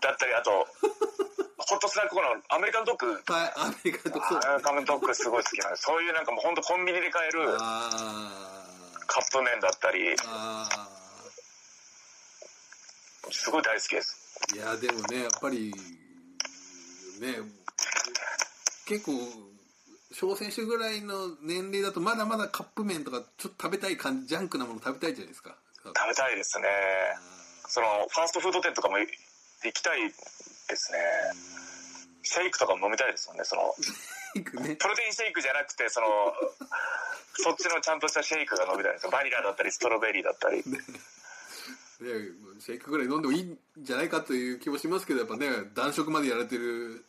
Speaker 1: だったりあとホットスナックコーナーアメリカンドッグ
Speaker 2: はい、アメリカとそう
Speaker 1: アメリカンドッグすごい好きなんでそういうなんかもう本当コンビニで買える
Speaker 2: あー
Speaker 1: カップ麺だったり
Speaker 2: あ
Speaker 1: すごい大好きです
Speaker 2: ーいやでもねやっぱりね結構小選手ぐらいの年齢だとまだまだカップ麺とかちょっと食べたい感じジャンクなもの食べたいじゃないですか
Speaker 1: 食べたいですね そのファーストフード店とかもい行きたいですねシェイクとかも飲みたいですもんねその
Speaker 2: 行くね
Speaker 1: プロテインシェイクじゃなくてそのそっちのちゃんとしたシェイクが飲みたいですバニラだったりストロベリーだったり
Speaker 2: ねシェイクぐらい飲んでもいいんじゃないかという気もしますけど、やっぱね、暖色までやられてる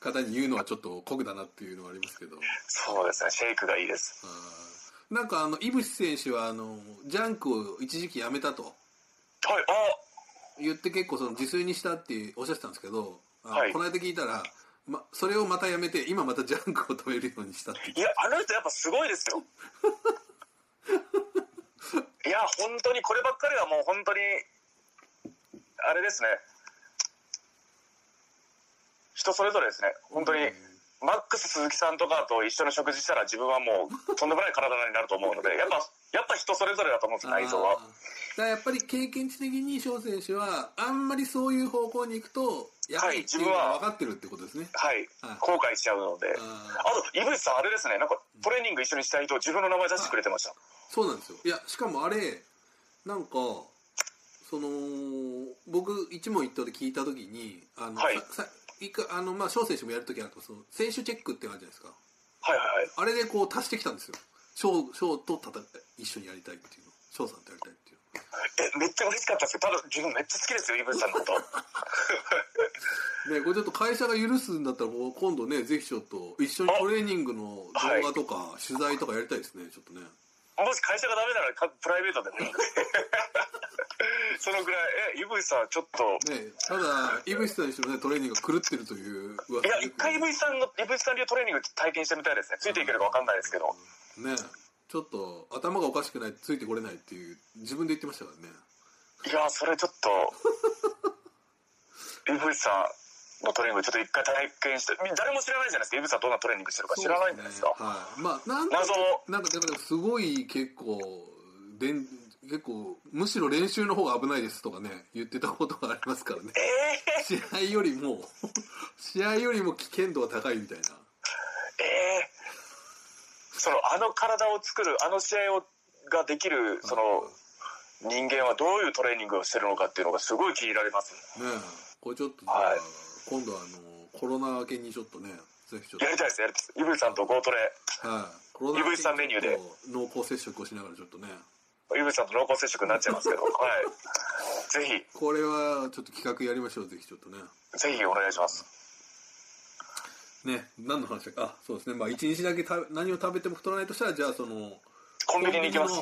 Speaker 2: 方に言うのはちょっと酷だなっていうのはありますけど。
Speaker 1: そうですねシェイクがいいです
Speaker 2: あーなんかあの、井渕選手はあの、ジャンクを一時期やめたと
Speaker 1: はい
Speaker 2: 言って結構その自炊にしたっておっしゃってたんですけど、あの
Speaker 1: はい
Speaker 2: この間聞いたら、ま、それをまたやめて、今またジャンクを食べるようにしたって
Speaker 1: あいやあの人やっぱすごいですよいや本当にこればっかりはもう本当にあれですね人それぞれですね本当に、マックス鈴木さんとかと一緒に食事したら自分はもうとんでもない体になると思うのでやっぱやっぱ人それぞれだと思うんです内臓
Speaker 2: あ
Speaker 1: は
Speaker 2: ーだからやっぱり経験値的に翔選手は、あんまりそういう方向に行くと、やばいっていうのが分かってるってことですね。
Speaker 1: はい
Speaker 2: あー
Speaker 1: 後悔しちゃうのであ
Speaker 2: あー
Speaker 1: と井口さんあれですねなんかトレーニング一緒にしたいと自分の名前出してくれてました
Speaker 2: そうなんですよいやしかもあれなんかその僕一問一答で聞いた時にあの、
Speaker 1: はい
Speaker 2: ささいくあのまあ翔選手もやる時あるとその選手チェックってあるじゃないですか
Speaker 1: はいはいはい
Speaker 2: あれでこう足してきたんですよ翔翔と戦い一緒にやりたいっていうの翔さんとやりたいっていう
Speaker 1: えめっちゃ嬉しかったんですけどただ自分めっちゃ好きですよ井口さんのこと
Speaker 2: のねこれちょっと会社が許すんだったらもう今度ねぜひちょっと一緒にトレーニングの動画とか、取材とかやりたいですねちょっとね
Speaker 1: もし会社がダメならかプライベートでもいいん でそのぐらいえ井口さんちょっと
Speaker 2: ねただ井渕選手のねトレーニングが狂ってるという噂
Speaker 1: いや
Speaker 2: がよ
Speaker 1: 一
Speaker 2: く
Speaker 1: 回井口さんの井口さん流トレーニング体験してみたいですねついていけるか分かんないですけど
Speaker 2: ねちょっと頭がおかしくないとついてこれないっていう自分で言ってましたからね
Speaker 1: いやそれちょっと井口さんのトレーニングちょっと一回体験してみ誰も知らないじゃないですか井口さんどんなトレーニングしてるか知らないんじゃないですか
Speaker 2: はいまあなんか
Speaker 1: 謎
Speaker 2: なんかだからすごい結構でん結構むしろ練習の方が危ないですとかね言ってたことがあります からね
Speaker 1: ええ
Speaker 2: 試合よりも 試合よりも危険度が高いみたいな
Speaker 1: ええそのあの体を作るあの試合をができるその人間はどういうトレーニングをしてるのかっていうのがすごい気に入られます
Speaker 2: ねこれちょっとじゃあ、
Speaker 1: はい
Speaker 2: 今度はあのコロナ明けにちょっとねぜひちょっと
Speaker 1: やりたいですやりたいですイブイさんとゴートレ
Speaker 2: はいコロナ明けに
Speaker 1: イブイさんメニューで
Speaker 2: 濃厚接触をしながらちょっとね
Speaker 1: イブイさんと濃厚接触になっちゃいますけどはいぜひ
Speaker 2: これはちょっと企画やりましょうぜひちょっとね
Speaker 1: ぜひお願いします
Speaker 2: ね何の話だっけあそうですねまあ一日だけ食べ何を食べても太らないとしたらじゃあその
Speaker 1: コンビニに行きます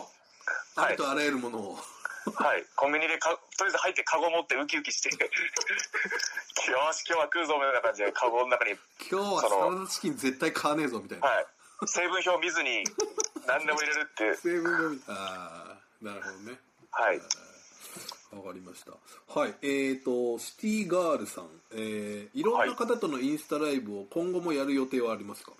Speaker 2: コンビニのありとあらゆるものを、
Speaker 1: はいコンビニでかとりあえず入ってカゴ持ってウキウキしてよし今日は食うぞみたいな感じでカゴの中に
Speaker 2: 今日はサラダチキン絶対買わねえぞみたいな、
Speaker 1: はい成分表見ずに何でも入れるっていう
Speaker 2: 成分が見ああなるほどね
Speaker 1: はい
Speaker 2: わかりましたはいえー、とシティガールさん、えー、いろんな方とのインスタライブを今後もやる予定はありますか、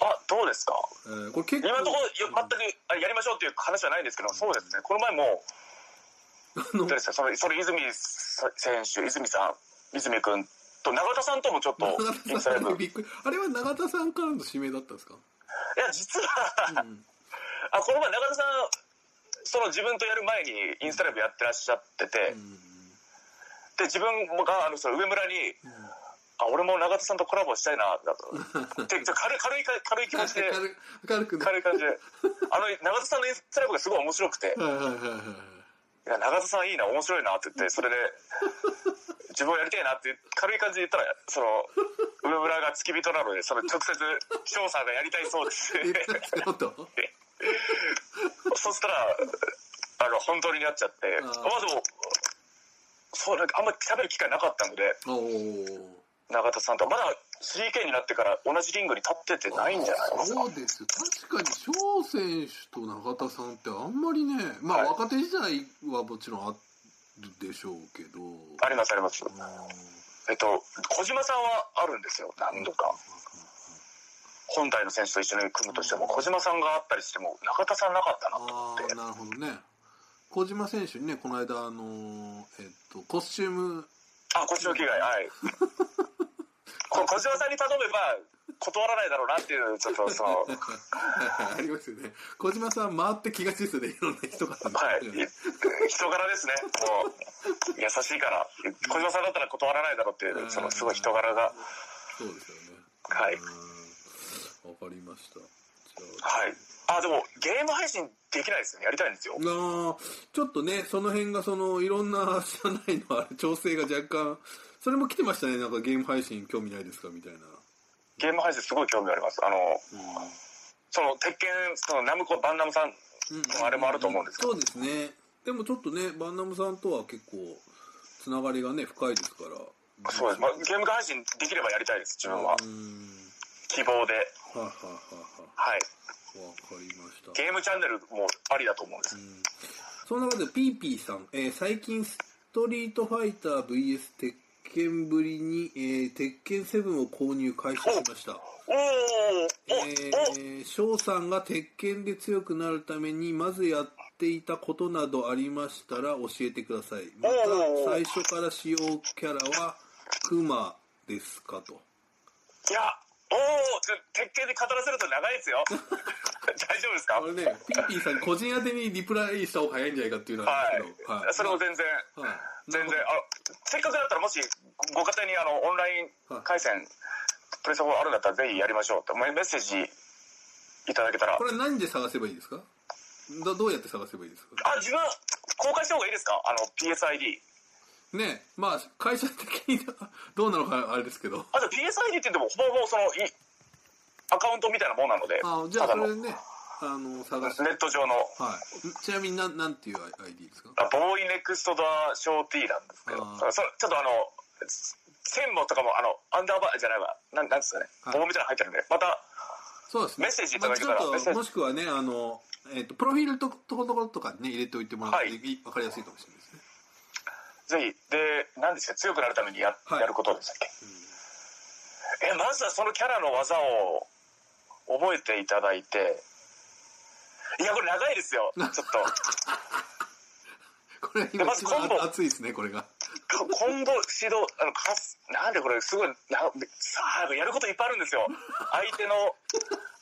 Speaker 1: あどうですか
Speaker 2: えーこれ結構
Speaker 1: 今のところよ全くあやりましょうっていう話はないんですけどそうですねこの前もどうですかそれそれ泉さ選手泉さん泉君と永田さんともちょっとイ
Speaker 2: 永
Speaker 1: ンスタ
Speaker 2: 田さ
Speaker 1: ライ
Speaker 2: ん
Speaker 1: ブ
Speaker 2: のびっくりあれは永田さんからの指名だったんですか
Speaker 1: いや実は、あこの前中田さんその自分とやる前にインスタライブやってらっしゃってて、で自分があのその上村に、あ俺も永田さんとコラボしたいなだとでちょ軽い軽い軽い気持ちで
Speaker 2: 軽く
Speaker 1: 軽
Speaker 2: 軽くね
Speaker 1: い感じであの永田さんのインスタライブがすごい面白くて
Speaker 2: はいはいはいは
Speaker 1: 「い
Speaker 2: い
Speaker 1: や永田さんいいな面白いな」って言って それで自分をやりたいなって軽い感じで言ったらその上村が付き人なのでその直接翔さんがや りたいそうです
Speaker 2: えちょっと
Speaker 1: そしたら、あの、本当になっちゃって、
Speaker 2: あー
Speaker 1: まあでも、そう、なんかあんまり喋る機会なかったので、
Speaker 2: お
Speaker 1: 永田さんとはまだ 3K になってから同じリングに立ってて
Speaker 2: お
Speaker 1: ないんじゃないですか。
Speaker 2: そうです確かに翔選手と永田さんってあんまりねまあ、
Speaker 1: はい
Speaker 2: 若手時代はもちろんあるでしょうけど
Speaker 1: ありますあります。
Speaker 2: あ
Speaker 1: えっと、小島さんはあるんですよ、何度か。本体の選手と一緒に組むとしても、小島さんがあったりしても、永田さんなかったなと思
Speaker 2: あ
Speaker 1: って
Speaker 2: ー。なるほどね小島選手にねこの間あのーえっとコスチューム
Speaker 1: あ、こっちの着替え、はい。こ小島さんに頼めば、断らないだろうなっていう、ちょっとその、
Speaker 2: ありますよね。小島さん回ってきがちですよね。いろんな人が、
Speaker 1: はい、い人柄ですね、もう、優しいから、小島さんだったら断らないだろうっていう、そのすごい人柄が、
Speaker 2: そうですよね。
Speaker 1: はい、
Speaker 2: うんわかりました。じゃあ。
Speaker 1: はい、あでも、ゲーム配信できないですね、やりたいんですよ、
Speaker 2: なあちょっとね、その辺が、その、いろんな、 社内のあれ、調整が若干、それも来てましたね。なんかゲーム配信興味ないですかみたいな。
Speaker 1: ゲーム配信、すごい興味あります、あのその鉄拳、そのナムコ、バンナムさんのあれもあると思うんですけど、
Speaker 2: そうですね。でもちょっとね、バンナムさんとは結構、つながりがね、深いですから。
Speaker 1: そうです、まあ、ゲーム配信できればやりたいです、自分は
Speaker 2: う、ん。
Speaker 1: 希望で、
Speaker 2: はいはいは
Speaker 1: はい、
Speaker 2: いはい。わかりました。
Speaker 1: ゲームチャンネルもありだと思うんです、
Speaker 2: その中でピーピーさん、えー最近ストリートファイター VS 鉄拳ぶりに、えー鉄拳7を購入開始しました。
Speaker 1: おー、おお
Speaker 2: えー、翔さんが鉄拳で強くなるためにまずやっていたことなどありましたら教えてください。ま
Speaker 1: お
Speaker 2: た
Speaker 1: ー
Speaker 2: 最初から使用キャラはクマですかと。
Speaker 1: いや、おお、ちょ鉄拳で語らせると長いですよ。 大丈夫ですか。
Speaker 2: あれね、ピーピーさん個人宛てにリプライした方が早いんじゃないかっていうのはあるんですけど。
Speaker 1: はい、それも全然、
Speaker 2: はい
Speaker 1: 全然、あの、せっかくだったら、もし、ご家庭に、あの、オンライン回線。プレステ4あるんだったら、ぜひやりましょうと、メッセージ。いただけたら
Speaker 2: こ。れ何で探せばいいですかどどうやって探せばいいですか
Speaker 1: あ、自分、公開した方がいいですか。あの、P. S. I. D.。
Speaker 2: ねまあ会社的にどうなのかあれですけど
Speaker 1: あと、P. S. I. D. って言っても、ほぼほぼ、その、い。アカウントみたいなもんなので。
Speaker 2: あじゃあ
Speaker 1: た
Speaker 2: そ
Speaker 1: だ
Speaker 2: れ
Speaker 1: の。
Speaker 2: ねあの探して
Speaker 1: ネット上の。
Speaker 2: はいんちなみになんなんていう ID ですか
Speaker 1: あボーイネクストドアショーティーなんですけど
Speaker 2: あー
Speaker 1: そそちょっとあの線もとかもあのアンダーバーじゃないわなんなんですかね、
Speaker 2: はい
Speaker 1: 棒みたいなの入ってるんでまた
Speaker 2: そうですね
Speaker 1: メッセージいただけたら
Speaker 2: まあ
Speaker 1: メッ
Speaker 2: ち
Speaker 1: セ
Speaker 2: ょ
Speaker 1: ー
Speaker 2: っと
Speaker 1: ジ
Speaker 2: もしくはねあの、えっとプロフィールとところとかにね入れておいてもらって、
Speaker 1: はい
Speaker 2: い、分かりやすいかもしれないですね
Speaker 1: ぜ ひで何ですか強くなるためにや,、
Speaker 2: はい
Speaker 1: やることでしたっけ、えまずはそのキャラの技を覚えていただいていやこれ長いですよちょっと
Speaker 2: これ
Speaker 1: で
Speaker 2: 今
Speaker 1: まず
Speaker 2: 一番
Speaker 1: 今度
Speaker 2: 熱いですねこれが
Speaker 1: こ今度指導あのかすなんでこれすごいなさあやることいっぱいあるんですよ相手の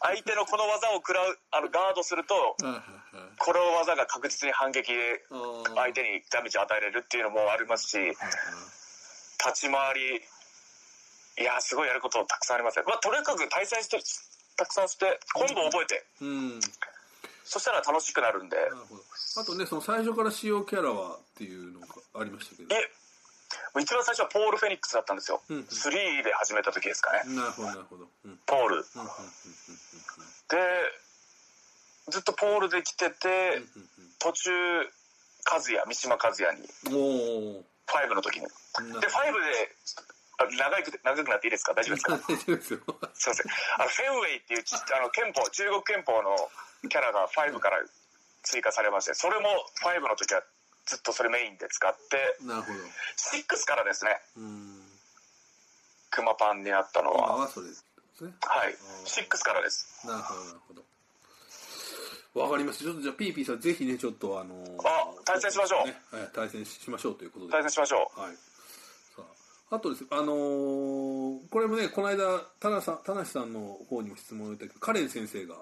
Speaker 1: 相手のこの技を食らうあのガードすると
Speaker 2: はいはいはい
Speaker 1: この技が確実に反撃で
Speaker 2: あー
Speaker 1: 相手にダメージを与えれるっていうのもありますし
Speaker 2: はいはい
Speaker 1: 立ち回りいやーすごいやることたくさんありますね、まあ、とにかく対戦してたくさんしてコンボ覚えて、
Speaker 2: うん
Speaker 1: そしたら楽しくなるんで
Speaker 2: なるほどあとねその最初から使用キャラはっていうのがありましたけ
Speaker 1: え
Speaker 2: ど
Speaker 1: もう一番最初はポール・フェニックスだったんですよ、
Speaker 2: うんうん
Speaker 1: 3で始めた時ですかね
Speaker 2: なるほどなるほどうんうん
Speaker 1: ポール
Speaker 2: うんうんうん
Speaker 1: でずっとポールで来てて、途中和也三島和也に
Speaker 2: うんうんおお
Speaker 1: 5の時に
Speaker 2: な
Speaker 1: で5であ長く長くなっていいですか大丈夫ですか
Speaker 2: 大丈夫ですよ
Speaker 1: すい ませんあのフェンウェイっていうちあの憲法中国憲法のキャラが5から追加されましてそれも5の時はずっとそれメインで使って
Speaker 2: なるほど
Speaker 1: 6からですね
Speaker 2: うん
Speaker 1: クマパンになったの
Speaker 2: 今
Speaker 1: は
Speaker 2: はそれですね
Speaker 1: はい6からです
Speaker 2: なるほどなるほどわかりましたちょっとじゃあピーピーさんぜひねちょっとあのー
Speaker 1: あ対戦しましょう
Speaker 2: ねはい、対戦しましょうということで
Speaker 1: 対戦しましょ
Speaker 2: はい。さあ、あとです、あのーこれもね、この間、田無さん、田無さんの方にも質問をいただいた、カレン先生が。
Speaker 1: う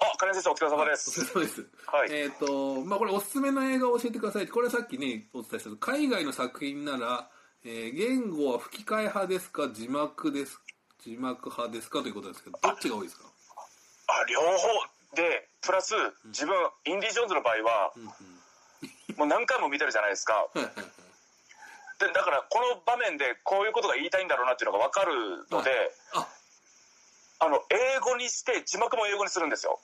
Speaker 1: あ金井先生お疲れ様で
Speaker 2: お
Speaker 1: す
Speaker 2: 疲れ様です。
Speaker 1: はい
Speaker 2: えっ、と、まあ、これおすすめの映画を教えてくださいって。これはさっきね、お伝えしたと海外の作品なら、えー言語は吹き替え派ですか、字幕です、字幕派ですかということなんですけど、どっちが多いですか
Speaker 1: あ両方でプラス自分インディ・ジョーンズの場合は
Speaker 2: うんうん。
Speaker 1: もう何回も見てるじゃないですか
Speaker 2: はいはいはい。
Speaker 1: でだからこの場面でこういうことが言いたいんだろうなっていうのが分かるので、
Speaker 2: あ、
Speaker 1: あの英語にして字幕も英語にするんですよ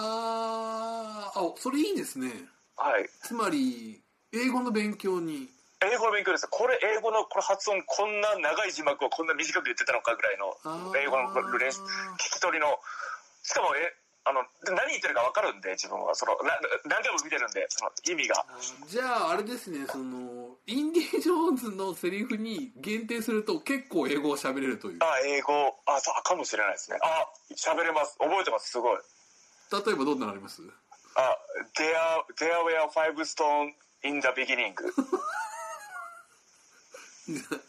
Speaker 2: あーあ、それいいですね。
Speaker 1: はい
Speaker 2: つまり、英語の勉強に。
Speaker 1: 英語の勉強ですこれ英語のこれ発音こんな長い字幕をこんな短く言ってたのかぐらいの
Speaker 2: あー
Speaker 1: 英語の練習聞き取りのしかもえあので何言ってるか分かるんで自分はそのな何回も見てるんでその意味が
Speaker 2: じゃああれですねそのインディ・ジョーンズのセリフに限定すると結構英語を喋れるという
Speaker 1: あ英語あそうかもしれないですねあ喋れます覚えてますすごい
Speaker 2: 例えばどんなのあります
Speaker 1: あ There, there were five stone in the beginning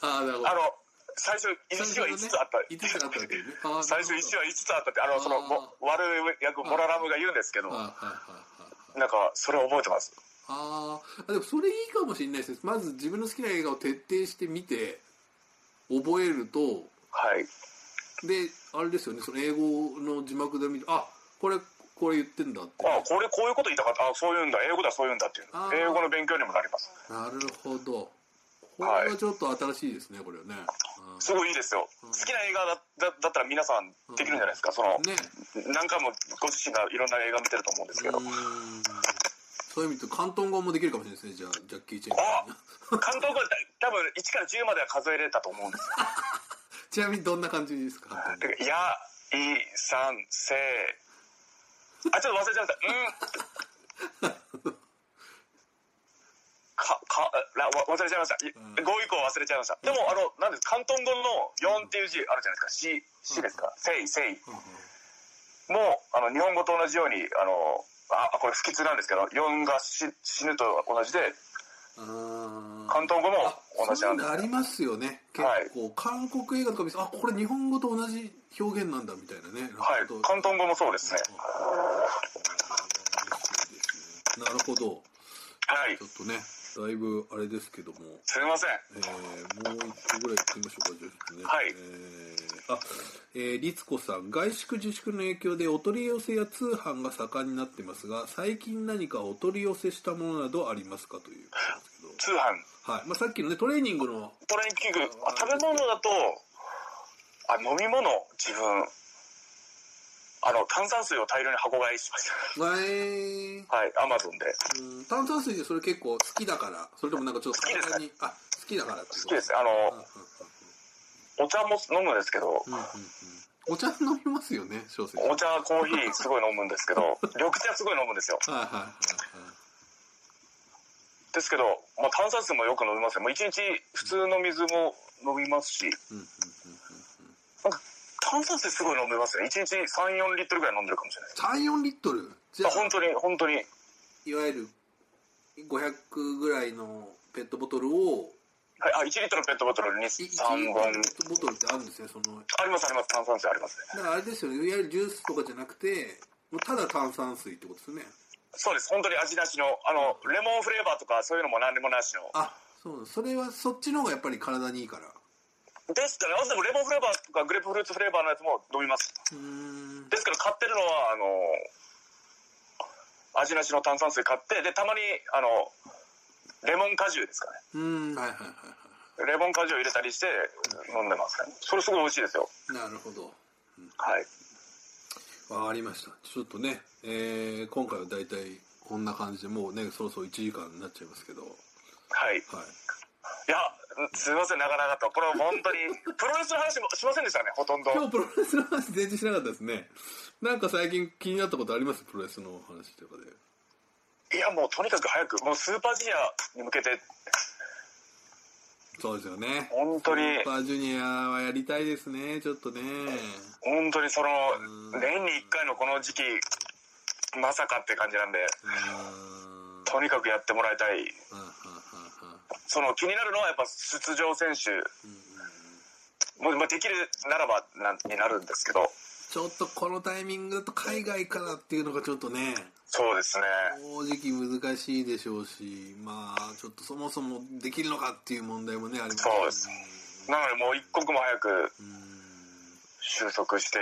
Speaker 2: ああなるほど
Speaker 1: あの最初石は5つあった
Speaker 2: 5つあったわけねあー
Speaker 1: 最初石は5つあったってあ
Speaker 2: あ
Speaker 1: の
Speaker 2: ー
Speaker 1: そのも悪い役モララムが言うんですけど
Speaker 2: はいはいはいはい
Speaker 1: なんかそれ覚えてます
Speaker 2: あーあでもそれいいかもしれないですねまず自分の好きな映画を徹底して見て覚えると
Speaker 1: はい
Speaker 2: であれですよねその英語の字幕で見てあこれこれ言ってんだって
Speaker 1: あこれこういうこと言いたかったあそういうんだ英語だそういうんだっていう
Speaker 2: あー
Speaker 1: 英語の勉強にもなります
Speaker 2: なるほどこれ
Speaker 1: はい
Speaker 2: はちょっと新しいですねこれはね、うん
Speaker 1: すごいいいですよ
Speaker 2: う
Speaker 1: 好
Speaker 2: ん
Speaker 1: きな映画だだだったら皆さんできるんじゃないですかその
Speaker 2: ね
Speaker 1: 何回もご自身がいろんな映画見てると思うんですけど
Speaker 2: うーんそういう意味で広東語もできるかもしれないですねじゃあジャッキー・チェンさんに
Speaker 1: 監督は多分1から10までは数えれたと思うんです
Speaker 2: ちなみにどんな感じですか広東
Speaker 1: よ「や」「い」「さん」「せ」あちょっと忘れちゃいました「うん」かからわ忘れちゃいました、
Speaker 2: ん
Speaker 1: 5以降忘れちゃいましたでもあのなんです広東語の「4」っていう字あるじゃないですか「し」「し」ですか「せい」「せい」
Speaker 2: 語
Speaker 1: もあの日本語と同じようにあのあこれ不吉なんですけど「4」がし死ぬと同じで
Speaker 2: うんあー
Speaker 1: 広東語も同じ
Speaker 2: そ
Speaker 1: な
Speaker 2: うん
Speaker 1: です
Speaker 2: なりますよね結
Speaker 1: はい
Speaker 2: 構、韓国映画とか見てあこれ日本語と同じ表現なんだみたいなね
Speaker 1: はい
Speaker 2: なるほど
Speaker 1: 広東語もそうですね
Speaker 2: なるほど
Speaker 1: はい
Speaker 2: ちょっとねだいぶあれですけども
Speaker 1: すみません
Speaker 2: えーもう一個ぐらい行ってみましょうか、じゃあちょっとね。
Speaker 1: はい
Speaker 2: えーあ、えー、律子さん、外食自粛の影響でお取り寄せや通販が盛んになってますが、最近何かお取り寄せしたものなどありますかということなんですけ
Speaker 1: 通販
Speaker 2: ど。はい。まあ、さっきのね、トレーニングの、
Speaker 1: トレーニング器具あ食べ物だとあ飲み物自分あの炭酸水を大量に箱買いしまし
Speaker 2: えー
Speaker 1: た はいアマゾンで
Speaker 2: うん炭酸水でそれ結構好きだから、それともなんかちょっと
Speaker 1: 好きですか
Speaker 2: 体に、あ、好きだからっていう
Speaker 1: 好き
Speaker 2: こと
Speaker 1: ですねあ
Speaker 2: うん
Speaker 1: のお茶も飲むんですけど
Speaker 2: うんうんうんうんうんお茶飲みますよね、小説。はい
Speaker 1: お茶コーヒーすごい飲むんですけ ど緑茶すごい飲むんですよ
Speaker 2: はいはいはい。
Speaker 1: ですけど、まあ、炭酸水もよく飲みますねもう一日普通の水も飲みますし
Speaker 2: うんうんうん
Speaker 1: 炭酸水すごい飲みますね一日34リットルぐらい飲んでるかもしれない
Speaker 2: うん。3、4リットルじ
Speaker 1: まあ本当に本当に
Speaker 2: いわゆる500ぐらいのペットボトルを
Speaker 1: はい、あ1リットルのペットボトルに
Speaker 2: い
Speaker 1: 3
Speaker 2: 1リット
Speaker 1: 本
Speaker 2: ルのペットボトルってあるんですねその
Speaker 1: ありますあります炭酸水ありますね
Speaker 2: だからあれですよねいわゆるジュースとかじゃなくてもうただ炭酸水ってことですよね
Speaker 1: そうです本当に味なしのあのレモンフレーバーとかそういうのも何でもなしの
Speaker 2: あそうそれはそっちの方がやっぱり体にいいから
Speaker 1: ですから、あでもレモンフレーバーとかグレープフルーツフレーバーのやつも飲みます。
Speaker 2: うん
Speaker 1: ですから買ってるのは、あの、味なしの炭酸水買って、で、たまに、あの、レモン果汁ですかね。
Speaker 2: うんはいはいはいは
Speaker 1: レモン果汁を入れたりして飲んでますね。それすごい美味しいですよ。
Speaker 2: いなるほど
Speaker 1: はい。
Speaker 2: わかりましたちょっとね、えー今回は大体こんな感じでもうねそろそろ1時間になっちゃいますけどはい
Speaker 1: はい。いや、すみません、長々と。これは本当に、プロレスの話もしませんでしたね、ほとんど。
Speaker 2: 今日プロレスの話全然しなかったですねなんか最近気になったことありますプロレスの話とかで
Speaker 1: いや、もうとにかく早く、もうスーパージュニアに向けて、
Speaker 2: そうですよね
Speaker 1: 本当に
Speaker 2: スーパージュニアはやりたいですねちょっとね
Speaker 1: 本当にその
Speaker 2: うん、
Speaker 1: 年に1回のこの時期、まさかって感じなんで、
Speaker 2: うーん
Speaker 1: とにかくやってもらいたい。
Speaker 2: はあはあはあはあ
Speaker 1: その気になるのはやっぱ出場選手、もうまあできるならばなんになるんですけど、
Speaker 2: ちょっとこのタイミングだと海外からっていうのがちょっとね
Speaker 1: そうですね。
Speaker 2: 正直難しいでしょうしまあちょっとそもそもできるのかっていう問題もねあります
Speaker 1: そうですなのでもう一刻も早く
Speaker 2: うーん
Speaker 1: 収束して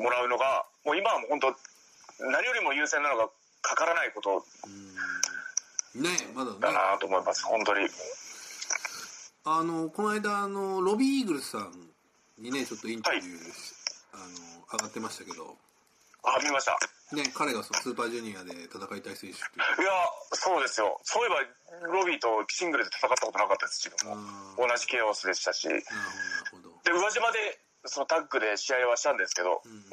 Speaker 1: もらうのが、もう今はもう本当、何よりも優先なのがかからないこと
Speaker 2: うーんねまだね
Speaker 1: だなと思います、本当に。
Speaker 2: あのこの間あのロビー・イーグルスさんにねちょっとインタビュー、あの上がってましたけど、
Speaker 1: あ、見ました。
Speaker 2: ね、彼がそのスーパージュニアで戦いたい選手って
Speaker 1: い
Speaker 2: いう
Speaker 1: や、そうですよ。そういえば、ロビーとシングルで戦ったことなかったです、自分も。
Speaker 2: あ
Speaker 1: 同じケイオスでしたし。で、
Speaker 2: あなるほどなる
Speaker 1: 宇
Speaker 2: ほど
Speaker 1: 和島で、そのタッグで試合はしたんですけど、2018
Speaker 2: ん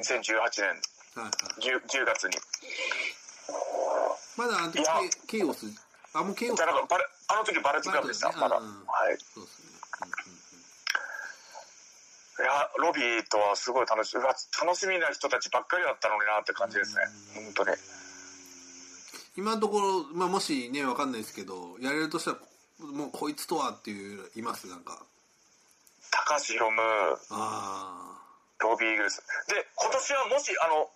Speaker 1: 年
Speaker 2: はいはい
Speaker 1: 10, 10月に。
Speaker 2: まだあの時
Speaker 1: いや
Speaker 2: ケイケイオスあもうケイオス
Speaker 1: じゃあなんかバレあの時バレツクラブでした、ま
Speaker 2: バレ
Speaker 1: だ。
Speaker 2: ツ
Speaker 1: はい。
Speaker 2: だねうんそうですね、
Speaker 1: いや、ロビーとはすごい楽しいうわ楽しみな人たちばっかりだったのになって感じですね。本当に。
Speaker 2: うんうん、今のところ、まあ、もしねわかんないですけどやれるとしたらもうこいつとはっていういますなんか
Speaker 1: 高橋宏夢、
Speaker 2: あ
Speaker 1: ロビー・イーグルス。で、今年はもし、あの、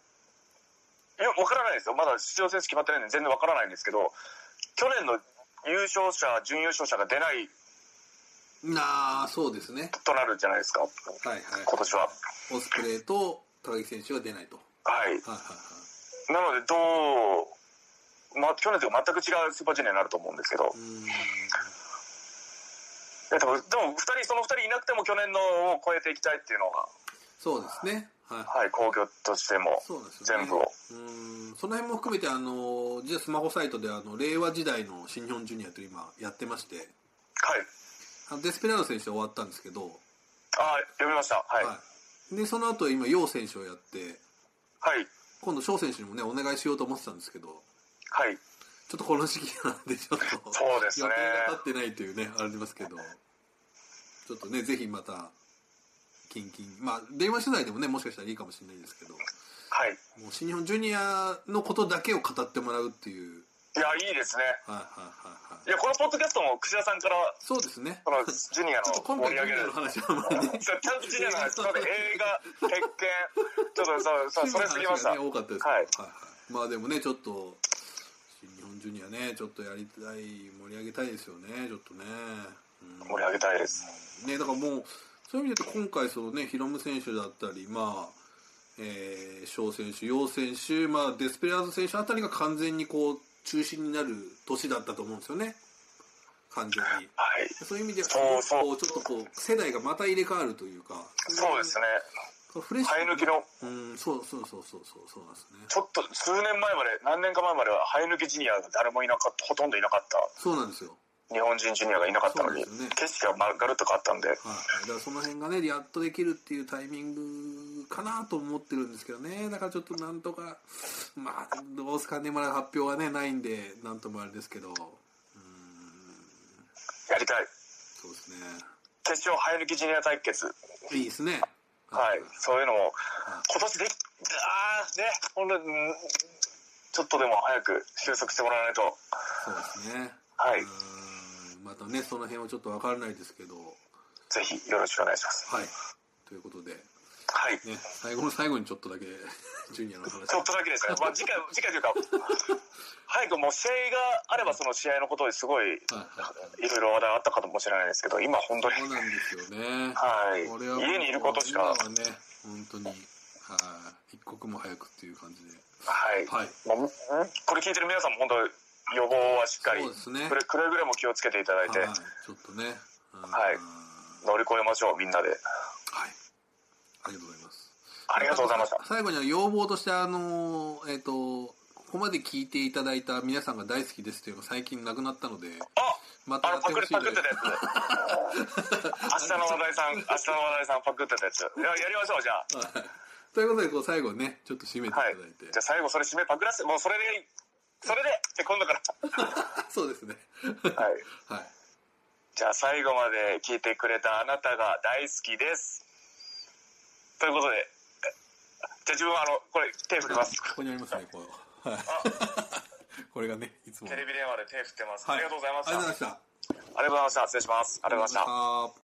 Speaker 1: いや、わからないですよ。まだ出場選手決まってないんで全然わからないんですけど、去年の優勝者、準優勝者が出ない
Speaker 2: あなあそうですね
Speaker 1: となるじゃないですか、
Speaker 2: はいはい
Speaker 1: 今年は。
Speaker 2: オスプレイと高木選手は出ないと
Speaker 1: はい。
Speaker 2: はいはい
Speaker 1: なので、どう、ま、去年と全く違うスーパージュニアになると思うんですけど、
Speaker 2: はい
Speaker 1: えっとでも、二人、その二人いなくても去年のを超えていきたいっていうのが、
Speaker 2: そうですねはい、
Speaker 1: はい、興行としても、
Speaker 2: そうなんですよ、ね、
Speaker 1: 全部を。
Speaker 2: うんその辺も含めてあの実はスマホサイトであの令和時代の新日本ジュニアという今やってまして
Speaker 1: はい。
Speaker 2: あのデスペラード選手は終わったんですけど、
Speaker 1: あー読みました。はい。は
Speaker 2: はい、でその後今楊選手をやって
Speaker 1: い。
Speaker 2: 今度翔選手にもねお願いしようと思ってたんですけど
Speaker 1: はい。
Speaker 2: ちょっとこの時期なんでちょっと
Speaker 1: そうですね
Speaker 2: 予定が立ってないというねありますけどちょっとねぜひまた近々まあ電話取材でもねもしかしたらいいかもしれないですけども
Speaker 1: はい。
Speaker 2: う新日本ジュニアのことだけを語ってもらうっていう
Speaker 1: いや、いいですね。
Speaker 2: はいはいはいはい
Speaker 1: いや、このポッドキャストも、串田さんから、
Speaker 2: そうですね
Speaker 1: この、ジュニア
Speaker 2: ちょっと
Speaker 1: の盛
Speaker 2: 今回
Speaker 1: り上
Speaker 2: ジュ
Speaker 1: げ
Speaker 2: ニ
Speaker 1: る
Speaker 2: アの。話はあんまりね
Speaker 1: ちょちゃんとジュニアの話、そうだね映画、鉄拳、ちょっと、そう、 そう、それすぎました。
Speaker 2: ね、多かったですけど
Speaker 1: はい
Speaker 2: はい、まあでもねちょっと新日本ジュニアねちょっとやりたい盛り上げたいですよねちょっとね、うん
Speaker 1: 盛り上げたいです。
Speaker 2: ねだからもうそういう意味で言うと今回そのねヒロム選手だったりまあえー翔選手楊選手、まあ、デスペラーズ選手あたりが完全にこう中心になる年だったと思うんですよね完全に
Speaker 1: はい。
Speaker 2: そういう意味では
Speaker 1: そうそう
Speaker 2: こうちょっとこう世代がまた入れ替わるというか
Speaker 1: そうですね。
Speaker 2: フレッシ
Speaker 1: 生え
Speaker 2: ュ
Speaker 1: 抜きの、
Speaker 2: うんそうそうそうそうそうそうなんですね
Speaker 1: ちょっと、数年前まで、何年か前までは、生え抜きジュニアが誰もいなかった、ほとんどいなかった。
Speaker 2: そうなんですよ
Speaker 1: 日本人ジュニアがいなかったのに、
Speaker 2: そうですよね
Speaker 1: 景色がまガルッと変わったんで、
Speaker 2: はいはい、だからその辺がねやっとできるっていうタイミングかなと思ってるんですけどねだからちょっとなんとかまあどうですかねまだ発表はねないんでなんともあれですけどうーん
Speaker 1: やりたい。
Speaker 2: そうです
Speaker 1: 決勝生え抜きジュニア対決。
Speaker 2: ねいいですね
Speaker 1: はい、そういうのも
Speaker 2: は、
Speaker 1: 今年でき、ああ、ね、ほんと、うんちょっとでも早く収束してもらわないと、
Speaker 2: そうですね、
Speaker 1: はいう
Speaker 2: ーんまたねその辺はちょっと分からないですけど
Speaker 1: ぜひよろしくお願いします。
Speaker 2: はいということで、ね、
Speaker 1: はい、
Speaker 2: 最後の最後にちょっとだけ ジュニアの話
Speaker 1: ちょっとだけですね、まあ、次回、次回というか、早くかもう試合があればその試合のことですごいいろいろ話題あったかもしれないですけど今本当に
Speaker 2: そうなんですよね
Speaker 1: はい
Speaker 2: これはもう
Speaker 1: 家にいることしか
Speaker 2: 今はね本当にはい一刻も早くっていう感じで
Speaker 1: はい、
Speaker 2: はい
Speaker 1: まあむこれ聞いてる皆さんも本当予防はしっかり
Speaker 2: そうですね
Speaker 1: くれくれぐれも気をつけていただいて、
Speaker 2: はいちょっとねうん
Speaker 1: はい乗り越えましょうみんなで
Speaker 2: はいありがとうございます
Speaker 1: ありがとうございました
Speaker 2: 最後には要望としてあのえっ、とここまで聞いていただいた皆さんが大好きですというのが最近なくなったので
Speaker 1: あ
Speaker 2: また
Speaker 1: あの
Speaker 2: やって
Speaker 1: パ
Speaker 2: ほ
Speaker 1: ク
Speaker 2: し
Speaker 1: リ
Speaker 2: い
Speaker 1: パ
Speaker 2: で
Speaker 1: クってたやつ明日の話題さん明日の話題さんパクってたや ついややりましょうじゃあ
Speaker 2: すはいということでこう最後ねちょっと締めていただ
Speaker 1: はいい
Speaker 2: て、
Speaker 1: じゃあ最後それ締めパクらせてもうそれでそれでじゃあ今度から
Speaker 2: そうですね
Speaker 1: はい
Speaker 2: はい
Speaker 1: じゃあ最後まで聞いてくれたあなたが大好きですということでえじゃあ自分はあのこれ手振ります
Speaker 2: ここにありますねこう、はい、 これがねいつも
Speaker 1: テレビ電話で手振ってます、
Speaker 2: は
Speaker 1: ありがとうございました
Speaker 2: ありが
Speaker 1: あ
Speaker 2: とうございま
Speaker 1: り
Speaker 2: した
Speaker 1: がとうございました失礼しますありがとうございました
Speaker 2: ありがとうございました